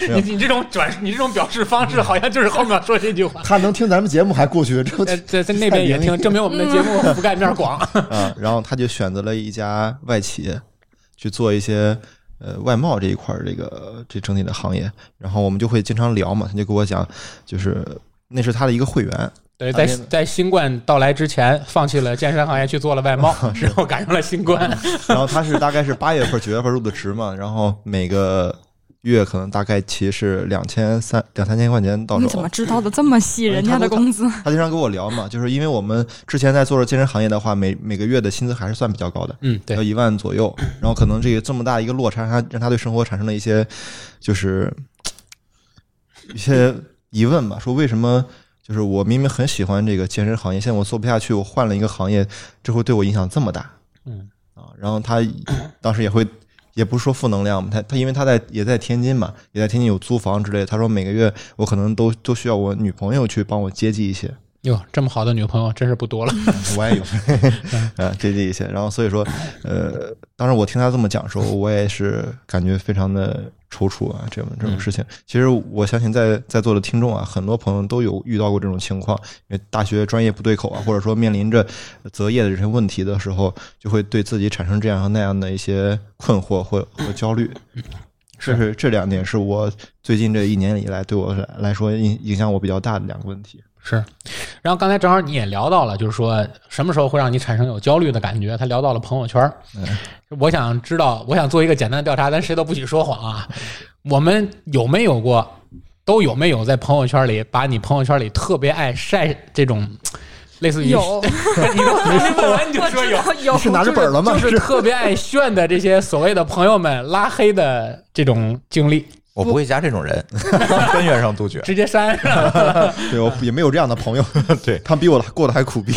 S2: 没有
S1: 你你这种转，你这种表示方式，好像就是后面说这句话。
S2: 他能听咱们节目还过去，这
S1: 在在在那边也听，证明我们的节 目覆盖面广。
S2: 啊，然后他就选择了一家外企去做一些呃外贸这一块儿这个这整体的行业，然后我们就会经常聊嘛，他就跟我讲，就是那是他的一个会员，
S1: 对，在在新冠到来之前，放弃了健身行业，去做了外贸，然后赶上了新冠。
S2: 然后他是大概是八月份九月份入的职嘛，然后每个月可能大概其是两千三两三千块钱到
S5: 你
S2: 手，
S5: 怎么知道的这么细？人家的工资
S2: 他经常跟我聊嘛，就是因为我们之前在做着健身行业的话，每每个月的薪资还是算比较高的，
S1: 嗯，对
S2: 要，一万 左右，然后可能这个这么大一个落差，他让他对生活产生了一些就是一些疑问吧，说为什么就是我明明很喜欢这个健身行业，现在我做不下去，我换了一个行业，这会对我影响这么大？
S1: 嗯
S2: 啊，然后他当时也会。也不是说负能量嘛，他他因为他在也在天津嘛，也在天津有租房之类的。他说每个月我可能都都需要我女朋友去帮我接济一些，
S1: 哟，这么好的女朋友真是不多了。
S2: 我也有， 呃，这这一些。然后所以说，呃，当时我听他这么讲的时候，我也是感觉非常的踌躇啊，这种这种事情。其实我相信在在座的听众啊，很多朋友都有遇到过这种情况，因为大学专业不对口啊，或者说面临着择业的这些问题的时候，就会对自己产生这样和那样的一些困惑或或焦虑。 这是这两点是我最近这一年以来对我来来说影影响我比较大的两个问题。
S1: 是，然后刚才正好你也聊到了，就是说什么时候会让你产生有焦虑的感觉？他聊到了朋友圈儿，我想知道，我想做一个简单的调查，咱谁都不许说谎啊。我们有没有过，都有没有在朋友圈里把你朋友圈里特别爱晒这种类似于
S5: 有，
S1: 你都还没问完你就
S5: 我
S1: 说
S5: 知
S1: 有，
S5: 道有，
S2: 是拿着本儿了吗？
S1: 就是特别爱炫的这些所谓的朋友们拉黑的这种经历，
S3: 我不会加这种人，根源上杜绝。
S1: 直接删。
S2: 对
S1: 啊
S2: 我也没有这样 的朋友，
S3: 对
S2: 他比我过得还苦逼。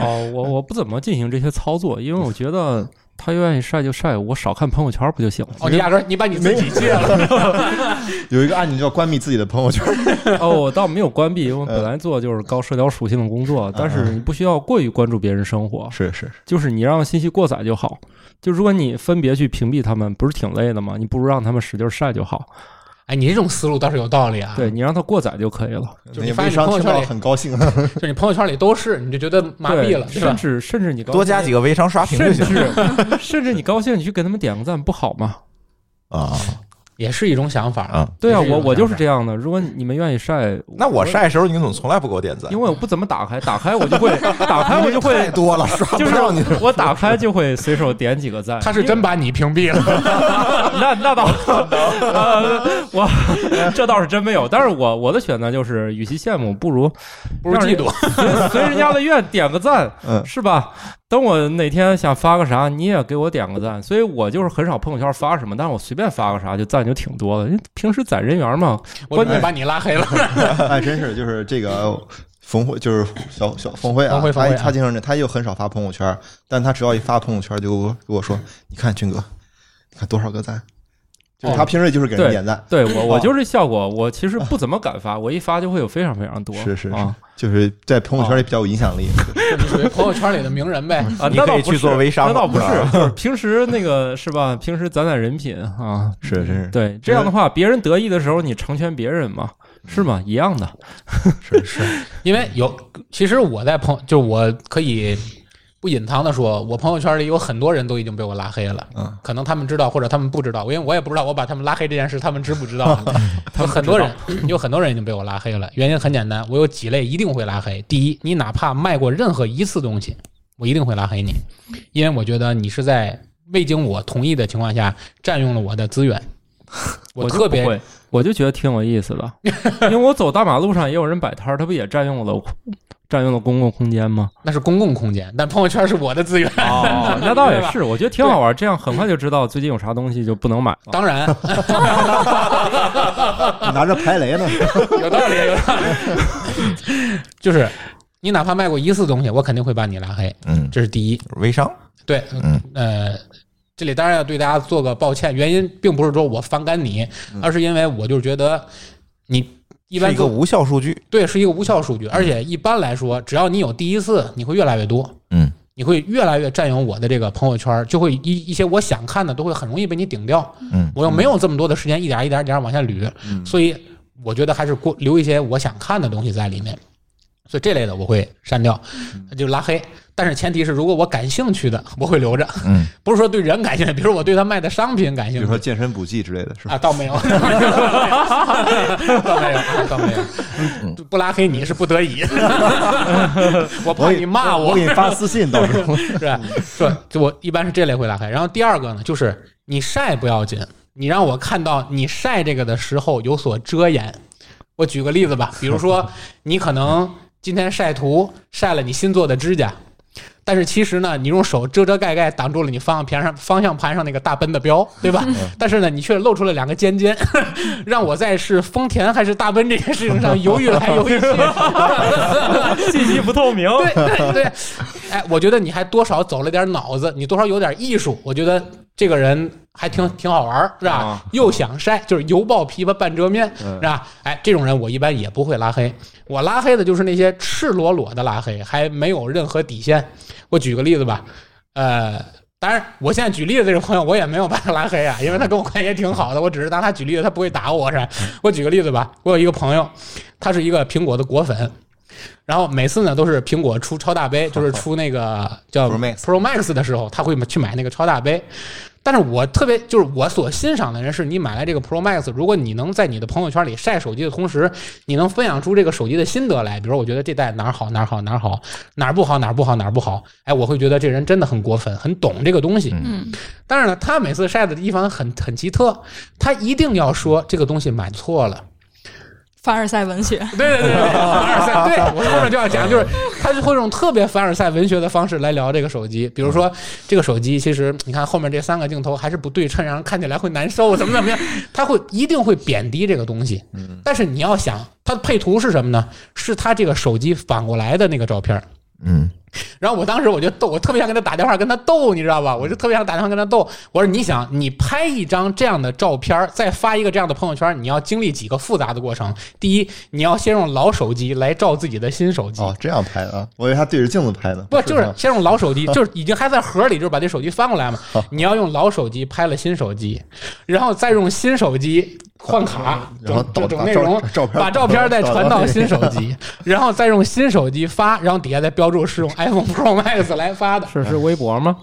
S4: 哦，我我不怎么进行这些操作，因为我觉得他愿意晒就晒，我少看朋友圈不就行了？
S1: 哦，你压根儿你把你自己戒了。
S2: 有一个按钮叫关闭自己的朋友圈，
S4: 哦，我倒没有关闭，因为我
S3: 嗯
S4: 本来做就是高社交属性的工作，但是你不需要过于关注别人生活，
S2: 是是，
S4: 就是你让信息过载就好。就如果你分别去屏蔽他们，不是挺累的吗？你不如让他们使劲晒就好。
S1: 哎，你这种思路倒是有道理啊。
S4: 对你让他过载就可以了。
S1: 就
S2: 那
S1: 你发
S2: 微
S1: 现你
S2: 商
S1: 朋友
S2: 听
S1: 圈
S2: 到
S1: 里，
S2: 很 高兴，
S1: 就你朋友圈里都是，你就觉得麻痹了，
S4: 对
S1: 是
S4: 甚
S1: 吧？
S4: 至甚至你高
S3: 多加
S4: 兴
S3: 几个微商刷屏就
S4: 甚
S3: 行
S4: 至 甚至你高兴，你去给他们点个赞，不好吗？
S3: 啊
S1: 也是一种想法。
S3: 啊！
S4: 对啊，
S1: 也是一
S4: 我
S1: 种
S4: 我就
S1: 想
S4: 是
S1: 法
S4: 这样的。如果你们愿意晒，
S3: 那我，晒的时候，你怎么从来不给我点赞？
S4: 因为我不怎么打开，打开 我就会打开我就会
S3: 太多 了，刷
S4: 就是我我打开就会随手点几个赞。
S1: 他是真把你屏蔽
S2: 啊
S1: 了，
S4: 那那倒， 呃，我这倒是真没有。但是我我的选择就是，与其羡慕，不如
S1: 不如
S4: 让
S1: 嫉
S4: 人
S1: 妒。
S4: 随随人家的愿点个 赞，
S2: 嗯
S4: 是吧？等我哪天想发个啥，你也给我点个赞。所以我就是很少朋友圈发什么，但是我随便发个啥就赞就挺多的。因为平时攒人缘嘛，
S1: 我准备把你拉黑了。
S2: 哎，真是就是这个冯辉，就是小小冯辉啊
S1: 冯，辉冯
S2: 他
S1: 辉啊
S2: 他经常这，他又很少发朋友圈，但他只要一发朋友圈，就给我说，你看军哥，你看多少个赞，就是
S1: 哦
S2: 他平时就是给人
S4: 对
S2: 点赞，
S4: 对我我
S2: 哦
S4: 就是效果，我其实不怎么敢发，我一发就会有非常非常多。
S2: 是是是
S4: 啊，
S2: 就是在朋友
S1: 哦
S2: 圈里比较有影 响力。
S1: 你属于朋友圈里的名人呗。
S4: 啊，
S3: 你
S4: 那
S3: 可
S4: 倒
S3: 以
S4: 不
S3: 去
S4: 是
S3: 做微商
S4: 那倒不
S3: 了
S4: 是，就是平时那个是吧？平时攒攒人品啊，
S2: 是真是
S4: 对，嗯这样的话，别人得意的时候，你成全别人嘛，是吗？一样的。
S2: 是是，
S1: 因为有，其实我在朋友，就是我可以不隐藏的说，我朋友圈里有很多人都已经被我拉黑了。
S2: 嗯，
S1: 可能他们知道，或者他们不知道，因为我也不知道我把他们拉黑这件事，他们知不知道？有很多人，有很多人已经被我拉黑了。原因很简单，我有几类一定会拉黑。第一，你哪怕卖过任何一次东西，我一定会拉黑你，因为我觉得你是在未经我同意的情况下占用了我的资源。
S4: 我就
S1: 特别
S4: 不会，我就觉得挺有意思 的，因为我走大马路上也有人摆摊儿，他不也占用了占用了公共空间吗？
S1: 那是公共空间，但朋友圈是我的资源。
S4: 哦，那倒也是，我觉得挺好玩，这样很快就知道最近有啥东西就不能买了。
S1: 当然，
S2: 拿着排雷 呢，
S1: 有道理，有道理。 就是你哪怕卖过一次东西，我肯定会把你拉黑，
S3: 嗯，
S1: 这是第一。
S3: 微商，
S1: 对，
S3: 嗯
S1: 呃，这里当然要对大家做个抱歉，原因并不是说我反感你，而是因为我就觉得你一
S3: 嗯是
S1: 般
S3: 一个
S1: 做
S3: 无效数据。
S1: 对是一个无效数据，而且一般来说，只要你有第一次，你会越来越多。
S3: 嗯，
S1: 你会越来越占有我的这个朋友圈，就会一一些我想看的都会很容易被你顶掉。
S3: 嗯
S1: 我又没有这么多的时间一点儿一点儿一点儿往下捋，
S2: 嗯
S1: 所以我觉得还是过留一些我想看的东西在里面。所以这类的我会删掉，
S2: 嗯
S1: 就拉黑。但是前提是，如果我感兴趣的，我会留着。
S3: 嗯，
S1: 不是说对人感兴趣，比如我对他卖的商品感
S2: 比
S1: 兴
S2: 如
S1: 趣
S2: 说。健身补剂之类的，是吧？
S1: 啊，倒 没有，倒没有，倒没有，倒没有，不拉黑你是不得已，我哎怕你骂
S2: 我给你发私信，到时 候
S1: 是吧？这就我一般是这类会拉黑。然后第二个呢，就是你晒不要紧，你让我看到你晒这个的时候有所遮掩。我举个例子吧，比如说你可能今天晒图晒了你新做的指甲。但是其实呢，你用手遮遮盖盖挡住了你方向盘上方向盘上那个大奔的标，对吧？但是呢，你却露出了两个尖尖，让我在是丰田还是大奔这件事情上犹豫来犹豫去。
S4: 信息不透明，
S1: 对对对，哎，我觉得你还多少走了点脑子，你多少有点艺术。我觉得这个人还挺挺好玩儿，是吧
S2: 啊？
S1: 又想晒，就是油爆琵琶半遮面，
S2: 嗯
S1: 是吧？哎，这种人我一般也不会拉黑，我拉黑的就是那些赤裸裸的拉黑，还没有任何底线。我举个例子吧，呃。当然，我现在举例子这个朋友，我也没有把他拉黑啊，因为他跟我关系也挺好的。我只是当他举例子，他不会打我是吧？
S2: 嗯
S1: 我举个例子吧，我有一个朋友，他是一个苹果的果粉，然后每次呢都是苹果出超大杯，就是出那 个叫
S2: Pro Max
S1: Pro Max 的时候，他会去买那个超大杯。但是我特别就是我所欣赏的人是你买来这个 Pro Max，如果你能在你的朋友圈里晒手机的同时，你能分享出这个手机的心得来，比如我觉得这代哪儿好哪儿好哪儿好，哪儿不好哪儿不好哪儿不好，哎，我会觉得这人真的很果粉，很懂这个东西。
S5: 嗯
S1: 但是呢，他每次晒的地方很很奇特，他一定要说这个东西买错了。
S5: 凡尔赛文学，
S1: 对对对， 对，凡尔赛，对我后面就要讲，就是他就会用特别凡尔赛文学的方式来聊这个手机，比如
S2: 嗯
S1: 说这个手机其实你看后面这三个镜头还是不对称，让人看起来会难受，怎么怎么样，他会一定会贬低这个东西。
S2: 嗯，
S1: 但是你要想，它的配图是什么呢？是他这个手机反过来的那个照片儿。
S3: 嗯
S1: 然后我当时我就逗，我特别想跟他打电话跟他逗，你知道吧？我就特别想打电话跟他逗。我说：“你想，你拍一张这样的照片儿，再发一个这样的朋友圈儿，你要经历几个复杂的过程。第一，你要先用老手机来照自己的新手机。
S2: 哦，这样拍的啊，我以为他对着镜子拍的，
S1: 不就是
S2: 吗
S1: 先用老手机，就是已经还在盒里，就是把这手机翻过来嘛。你要用老手机拍了新手机，然后再用新手机换卡，
S2: 啊然后
S1: 整
S2: 导
S1: 整内容
S2: 照照片，
S1: 把照片再传到新手
S2: 导那个。
S1: 机，然后再用新手机发，然后底下再标注是用 iPhone Pro Max 来发的
S4: 是是微博吗？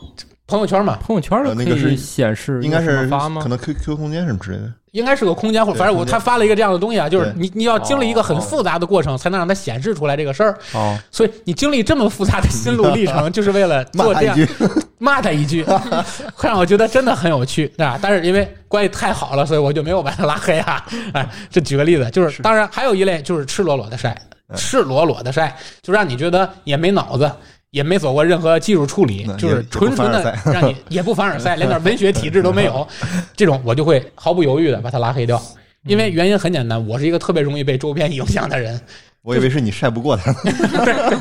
S1: 朋友圈嘛，
S4: 朋友圈儿
S2: 呃
S4: 可
S2: 那个是
S4: 以显示
S2: 应该
S4: 用什么
S2: 是
S4: 发吗
S2: 可？能 QQ 空间什么之类的，
S1: 应该是个空间，或者
S2: 对
S1: 反正我
S2: 空间
S1: 他发了一个这样的东西啊，就是
S2: 对哦
S1: 你你要经历一个很复杂的过程，才能让它显示出来这个事儿。
S4: 哦，
S1: 所以你经历这么复杂的心路历 程，就是为了
S2: 骂
S1: 做
S2: 他
S1: 这样
S2: 一句，
S1: 骂他一句，会让我觉得真的很有趣，对吧？但是因为关系太好了，所以我就没有把他拉黑啊。哎，这举个例子，就是当然还有一类就是赤裸裸的晒，
S2: 嗯
S1: 赤裸裸的晒，就让你觉得也没脑子。也没走过任何技术处理
S2: 嗯，
S1: 就是纯纯
S2: 也也
S1: 的
S2: 不
S1: 让你也不凡尔 赛，连点文学体质都没有，这种我就会毫不犹豫的把他拉黑掉，
S2: 嗯
S1: 因为原因很简单，我是一个特别容易被周边影响的人，
S2: 我以为是你晒不过他，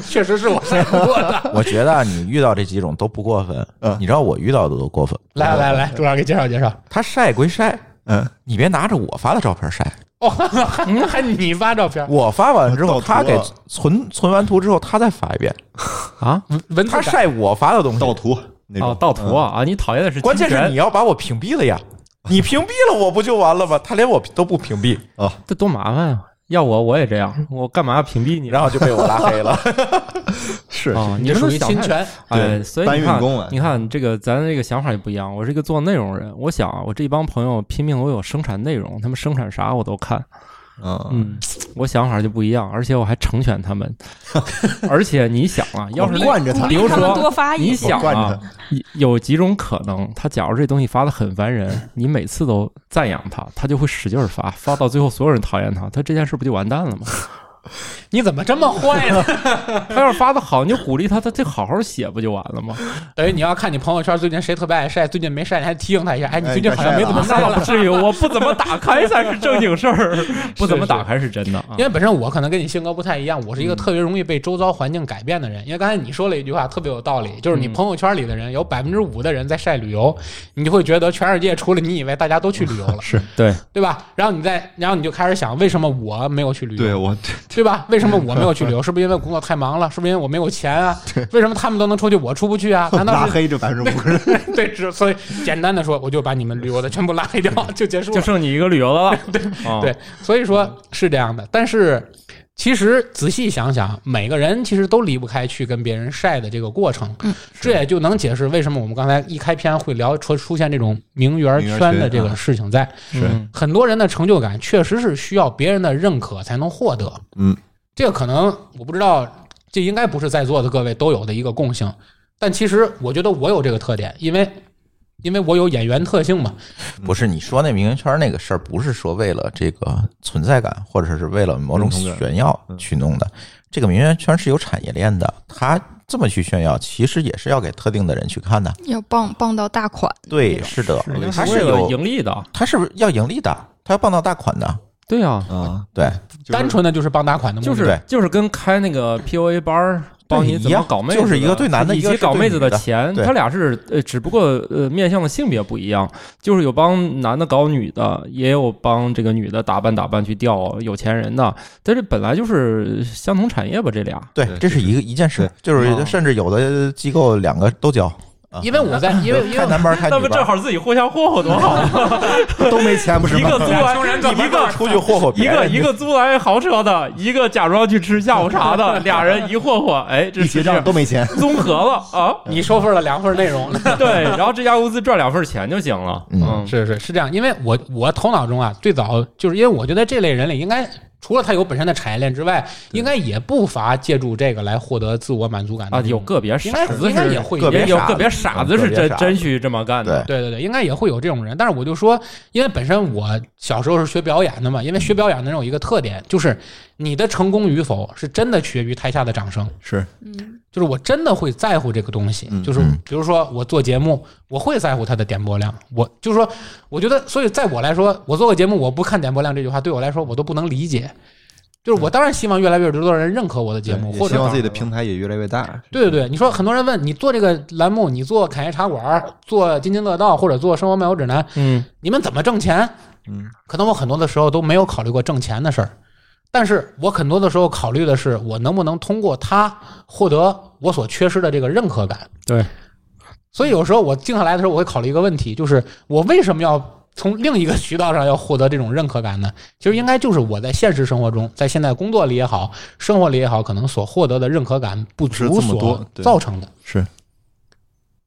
S1: 确实是我晒不过 的。
S3: 我觉得啊你遇到这几种都不过分
S2: 嗯，
S3: 你知道我遇到的都过分。
S1: 来来来，朱老师给介绍介绍。
S3: 他晒归晒，
S2: 嗯，
S3: 你别拿着我发的照片晒。
S1: 哦，还还你发照片，
S3: 我发完之后，
S2: 我盗图
S3: 他给
S2: 了
S3: 存存完图之后，他再发一遍。
S4: 啊，
S1: 文字
S3: 他
S1: 感
S3: 晒我发的东
S2: 盗
S3: 西，
S2: 图那种嗯
S4: 哦，盗图啊啊！你讨厌的是
S3: 关键
S4: 侵
S3: 是
S4: 权
S3: 你要把我屏蔽了呀！你屏蔽了我不就完了吗？他连我都不屏蔽，
S4: 这多麻烦啊！要我我也这样，我干嘛屏蔽你？
S3: 然后就被我拉黑了。
S2: 嗯是
S4: 啊，
S1: 你
S4: 你
S1: 这
S4: 们
S1: 属
S4: 都
S1: 于
S4: 想
S1: 侵
S4: 太
S1: 权，
S4: 哎，
S2: 对
S4: 所以
S2: 搬
S4: 你
S2: 运
S4: 看
S2: 工了，
S4: 你看这个咱这个想法也不一样。我是一个做内容人，我想啊我这帮朋友拼命为我生产内容，他们生产啥我都看。
S2: 嗯，
S4: 嗯，我想法就不一样，而且我还成全他 们。而且你想啊，要是那
S2: 惯着他
S4: 比如
S5: 他们
S4: 说
S5: 多发
S4: 你
S5: 一
S4: 想
S2: 惯
S4: 啊
S2: 着，
S4: 有几种可能，他假如这东西发的很烦人，你每次都赞扬他，他就会使劲儿发，发到最后所有人讨厌他，他这件事不就完蛋了吗？
S1: 你怎么这么坏 呢？
S4: 他要是发的好，你就鼓励他，他就好好写不就完了 吗？
S1: 等于你要看你朋友圈最近谁特别爱晒，最近没晒，你还提醒他一下，哎，你
S2: 哎
S1: 最近好像没怎么晒
S4: 那倒
S1: 了
S4: 不。至于，我不怎么打开才是正经事 儿，不怎么打开是真的啊
S1: 因。为本身我可能跟你性格不太一样，我是一个特别容易被周遭环境改变的人。因为刚才你说了一句话特别有道理，就是你
S4: 嗯
S1: 朋友圈里的人有百分之五的人在晒旅游，你就会觉得全世界除了你以外，大家都去旅游了，
S2: 是
S4: 对，
S1: 对吧？然后你再，然后你就开始想，为什么我没有去旅游？
S2: 对我
S1: 对吧？为什么我没有去 旅游？是不是因为工作太忙了？是不是因为我没有钱啊？为什么他们都能出去，我出不去 啊？难道
S2: 拉
S1: 是
S2: 黑这百分之五十，
S1: 对？只所以简单的说，我就把你们旅游的全部拉黑掉，就结束
S4: 就
S1: 了。
S4: 剩你一个旅 游的了。啊对
S1: 对，所以说是这样的。但是其实仔细想想，每个人其实都离不开去跟别人晒的这个过程，
S5: 嗯
S1: 这也就能解释为什么我们刚才一开篇会聊出出现这种名媛
S2: 名媛
S1: 圈的
S2: 圈
S1: 这个
S2: 啊
S1: 事情在。
S4: 嗯
S2: 是
S3: 嗯
S1: 很多人的成就感确实是需要别人的认可才能获得。
S2: 嗯，
S1: 这个可能我不知道，这应该不是在座的各位都有的一个共性。但其实我觉得我有这个特点，因为因为我有演员特性嘛。
S3: 不是你说那名媛圈那个事儿，不是说为了这个存在感，或者是为了某种
S2: 认同感
S3: 炫耀去弄的。这个名媛圈是有产业链的，他这么去炫耀，其实也是要给特定的人去看的。
S5: 要傍傍到大款，
S3: 对，是的，他
S4: 为
S3: 是
S4: 了
S3: 有，
S4: 盈利的。
S3: 他是要盈利的，他要傍到大款的。
S4: 对啊，
S2: 啊，
S3: 对，
S2: 就是
S1: 单纯的就是傍大款的目
S4: 就
S1: 的。
S4: 是
S3: 对
S4: 就是跟开那个 POA 班儿帮你怎么搞妹子的，
S3: 就是一个对男的
S4: 以
S3: 一个
S4: 及
S3: 是对
S4: 搞妹子
S3: 女的
S4: 钱，
S3: 对
S4: 他俩是呃，只不过呃面向的性别不一样，就是有帮男的搞女的，也有帮这个女的打扮打扮去钓有钱人的，但这本来就是相同产业吧，这俩。
S3: 对，啊这是一个一件事，就是
S4: 哦
S3: 甚至有的机构两个都交，啊
S1: 因为我在，因为因
S3: 开
S1: 为
S3: 男 班儿开
S4: 那
S3: 女
S4: 不
S3: 班
S4: 正
S3: 儿，
S4: 好自己互相霍霍多好 啊！
S2: 都没钱不是
S4: 一
S2: 吗？
S4: 个租 完
S1: 穷人干嘛
S4: 一个
S3: 出去霍霍
S4: 一
S3: 别
S4: 个
S3: 人
S4: 一个租来豪车的，一个假装去吃下午茶 的，俩人一霍霍，哎，这
S2: 一
S4: 是
S2: 结账都没钱，
S4: 综合 了啊！
S1: 你收份了两份内容，
S4: 对，然后这家公司赚两份钱就行了。
S3: 嗯
S4: 嗯，
S1: 是是是这样，因为我我头脑中啊，最早就是因为我觉得这类人里应该。除了他有本身的产业链之外，应该也不乏借助这个来获得自我满足感的
S4: 啊，
S1: 这
S4: 有
S1: 种
S4: 个别
S1: 应
S4: 傻
S1: 该
S4: 子
S1: 应该
S4: 是
S1: 也会
S3: 个
S1: 有
S3: 别
S4: 也有
S3: 傻
S4: 个别
S3: 子
S4: 傻
S3: 嗯
S4: 子
S3: 个
S4: 是
S3: 别
S4: 真
S3: 傻
S4: 真去这么干的。
S3: 对
S1: 对对对，应该也会有这种人。但是我就说，因为本身我小时候是学表演的嘛，因为学表演的人有一个特点，就是你的成功与否是真的取决于台下的掌声。
S2: 是
S5: 嗯，
S1: 就是我真的会在乎这个东西，
S2: 嗯
S1: 就是
S3: 嗯
S1: 比如说我做节目，我会在乎它的点播量。我就是说，我觉得，所以在我来说，我做个节目，我不看点播量这句话，对我来说我都不能理解。就是我当然希望越来越多的人认可我的节目，
S2: 对
S1: 或
S2: 也
S1: 者
S2: 希望自己的平台也越来越大。
S1: 对对对，你说很多人问你做这个栏目，你做侃爷茶馆，做津津乐道，或者做生活漫游指南，
S4: 嗯，
S1: 你们怎么挣钱？
S2: 嗯，
S1: 可能我很多的时候都没有考虑过挣钱的事儿，但是我很多的时候考虑的是我能不能通过它获得我所缺失的这个认可感。
S4: 对，
S1: 所以有时候我静下来的时候，我会考虑一个问题，就是我为什么要从另一个渠道上要获得这种认可感呢？其实应该就是我在现实生活中，在现在工作里也好，生活里也好，可能所获得的认可感不
S2: 是
S1: 足
S2: 这么
S1: 所
S2: 多对
S1: 造成的。
S2: 是，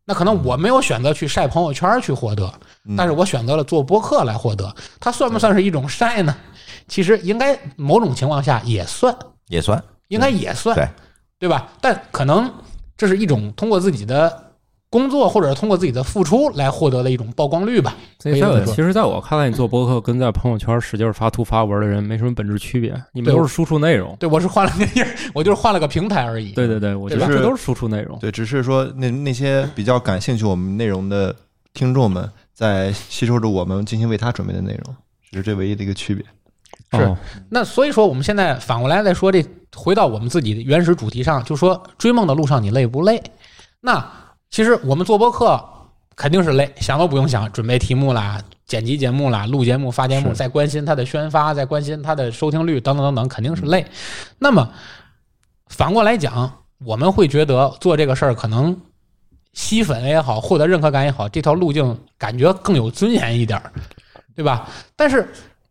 S1: 那可能我没有选择去晒朋友圈去获得，
S2: 嗯
S1: 但是我选择了做播客来获得，它算不算是一种晒呢？其实应该某种情况下也算，
S3: 也算，
S1: 应该也算，
S3: 对
S1: 吧？但可能这是一种通过自己的工作或者通过自己的付出来获得的一种曝光率吧。
S4: 所
S1: 可以
S4: 以
S1: 这
S4: 在
S1: 么
S4: 我
S1: 说
S4: 其实，在我看来，你做博客跟在朋友圈使劲发图发文的人没什么本质区别，你们
S1: 对
S4: 都是输出内容。
S1: 对我是换了个地 儿，我就是换了个平台而已。
S4: 对对对，我觉得
S2: 就是
S4: 这都是输出内容。
S2: 对，只是说那那些比较感兴趣我们内容的听众们，在吸收着我们精心为他准备的内容，只是这唯一的一个区别。
S1: 是
S4: 哦
S1: 那所以说，我们现在反过来再说这，回到我们自己的原始主题上，就说追梦的路上你累不累？那其实我们做播客肯定是累，想都不用想，准备题目啦、剪辑节目啦、录节目、发节目，
S2: 是
S1: 再关心它的宣发，再关心它的收听率等等等等，肯定是累。那么反过来讲，我们会觉得做这个事儿可能。吸粉也好，获得认可感也好，这条路径感觉更有尊严一点儿，对吧？但是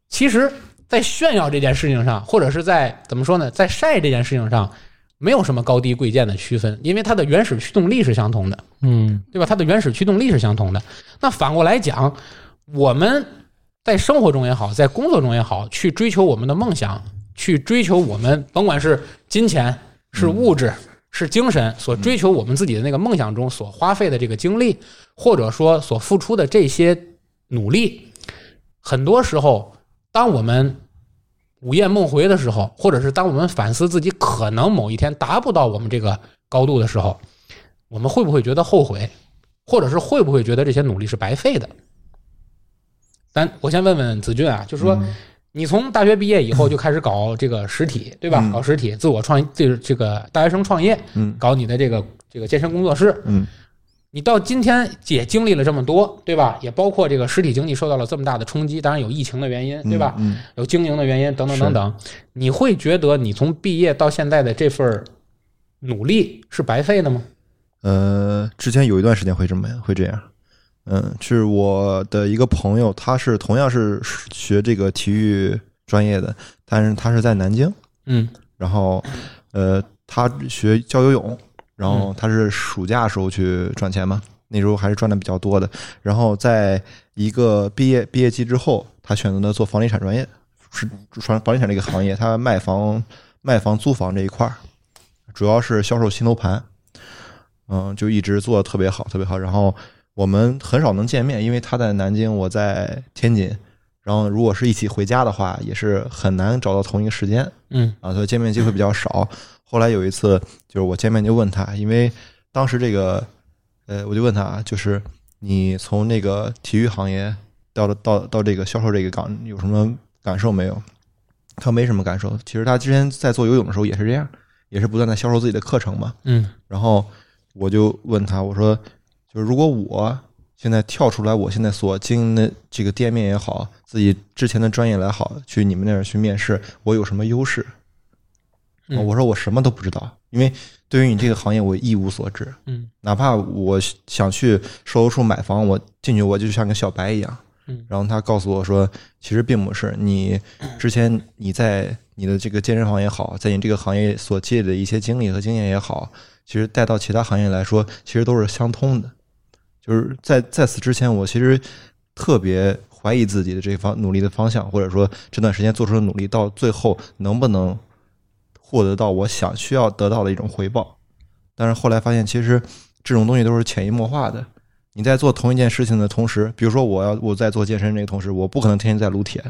S1: 其实，在炫耀这件事情上，或者是在怎么说呢，在晒这件事情上，没有什么高低贵贱的区分，因为它的原始驱动力是相同的，
S4: 嗯，
S1: 对吧？它的原始驱动力是相同的。那反过来讲，我们在生活中也好，在工作中也好，去追求我们的梦想，去追求我们甭管是金钱、是物质、是精神，所追求我们自己的那个梦想中所花费的这个精力，或者说所付出的这些努力，很多时候，当我们午夜梦回的时候，或者是当我们反思自己可能某一天达不到我们这个高度的时候，我们会不会觉得后悔，或者是会不会觉得这些努力是白费的？但我先问问子俊啊，就是说，你从大学毕业以后就开始搞这个实体，对吧？
S2: 嗯
S1: 搞实体，自我创，这这个大学生创业，
S2: 嗯
S1: 搞你的这个这个健身工作室，
S2: 嗯，
S1: 你到今天也经历了这么多，对吧？也包括这个实体经济受到了这么大的冲击，当然有疫情的原因，对吧？
S2: 嗯，
S1: 有经营的原因等等等等，你会觉得你从毕业到现在的这份儿努力是白费的吗？
S2: 呃，之前有一段时间会这么样，会这样。嗯，是我的一个朋友，他是同样是学这个体育专业的，但是他是在南京，
S1: 嗯
S2: 然后呃，他学教游泳，然后他是暑假时候去赚钱嘛，那时候还是赚的比较多的。然后在一个毕业毕业季之后，他选择了做房地产专业，是房房地产这个行业，他卖房、卖房、租房这一块儿，主要是销售新楼盘，嗯，就一直做的特别好，特别好。然后我们很少能见面，因为他在南京，我在天津。然后，如果是一起回家的话，也是很难找到同一个时间。
S1: 嗯
S2: 啊，所以见面机会比较少。后来有一次，就是我见面就问他，因为当时这个，呃，我就问他，就是你从那个体育行业到了到到这个销售这个岗有什么感受没有？他没什么感受。其实他之前在做游泳的时候也是这样，也是不断在销售自己的课程嘛。
S1: 嗯
S2: 然后我就问他，我说，就是如果我现在跳出来，我现在所经营的这个店面也好，自己之前的专业来好，去你们那儿去面试，我有什么优势？
S1: 嗯
S2: 我说我什么都不知道，因为对于你这个行业我一无所知。
S1: 嗯
S2: 哪怕我想去售楼处买房，我进去我就像个小白一样。
S1: 嗯
S2: 然后他告诉我说，其实并不是你之前你在你的这个健身房也好，在你这个行业所积累的一些经历和经验也好，其实带到其他行业来说，其实都是相通的。就是在在此之前，我其实特别怀疑自己的这方努力的方向，或者说这段时间做出的努力到最后能不能获得到我想需要得到的一种回报。但是后来发现，其实这种东西都是潜移默化的。你在做同一件事情的同时，比如说我要我在做健身这个同时，我不可能天天在撸铁，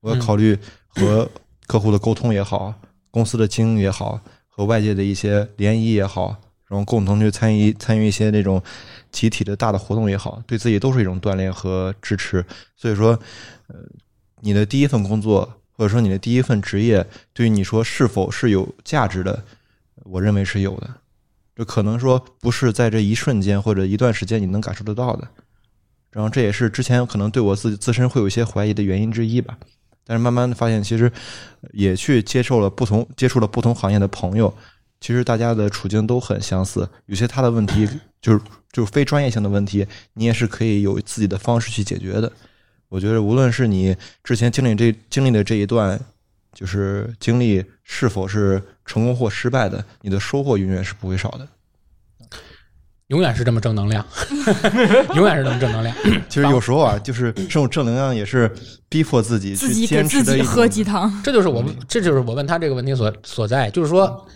S2: 我要考虑和客户的沟通也好，公司的经营也好，和外界的一些联谊也好，然后共同去参与参与一些那种集体的大的活动也好，对自己都是一种锻炼和支持。所以说，呃，你的第一份工作或者说你的第一份职业，对于你说是否是有价值的，我认为是有的。就可能说不是在这一瞬间或者一段时间你能感受得到的。然后这也是之前可能对我自己自身会有一些怀疑的原因之一吧。但是慢慢的发现，其实呃也去接受了不同接触了不同行业的朋友，其实大家的处境都很相似。有些他的问题就是就是非专业性的问题，你也是可以有自己的方式去解决的。我觉得无论是你之前经历这经历的这一段，就是经历是否是成功或失败的，你的收获永远是不会少的。
S1: 永远是这么正能量， 永远是这么正能量。
S2: 其实有时候啊，就是这种正能量也是逼迫自己
S5: 自
S2: 去
S5: 己给
S2: 坚
S5: 自
S2: 持的一
S5: 己
S2: 种
S5: 喝鸡汤，
S1: 这就是我问，这就是我问他这个问题所所在，就是说，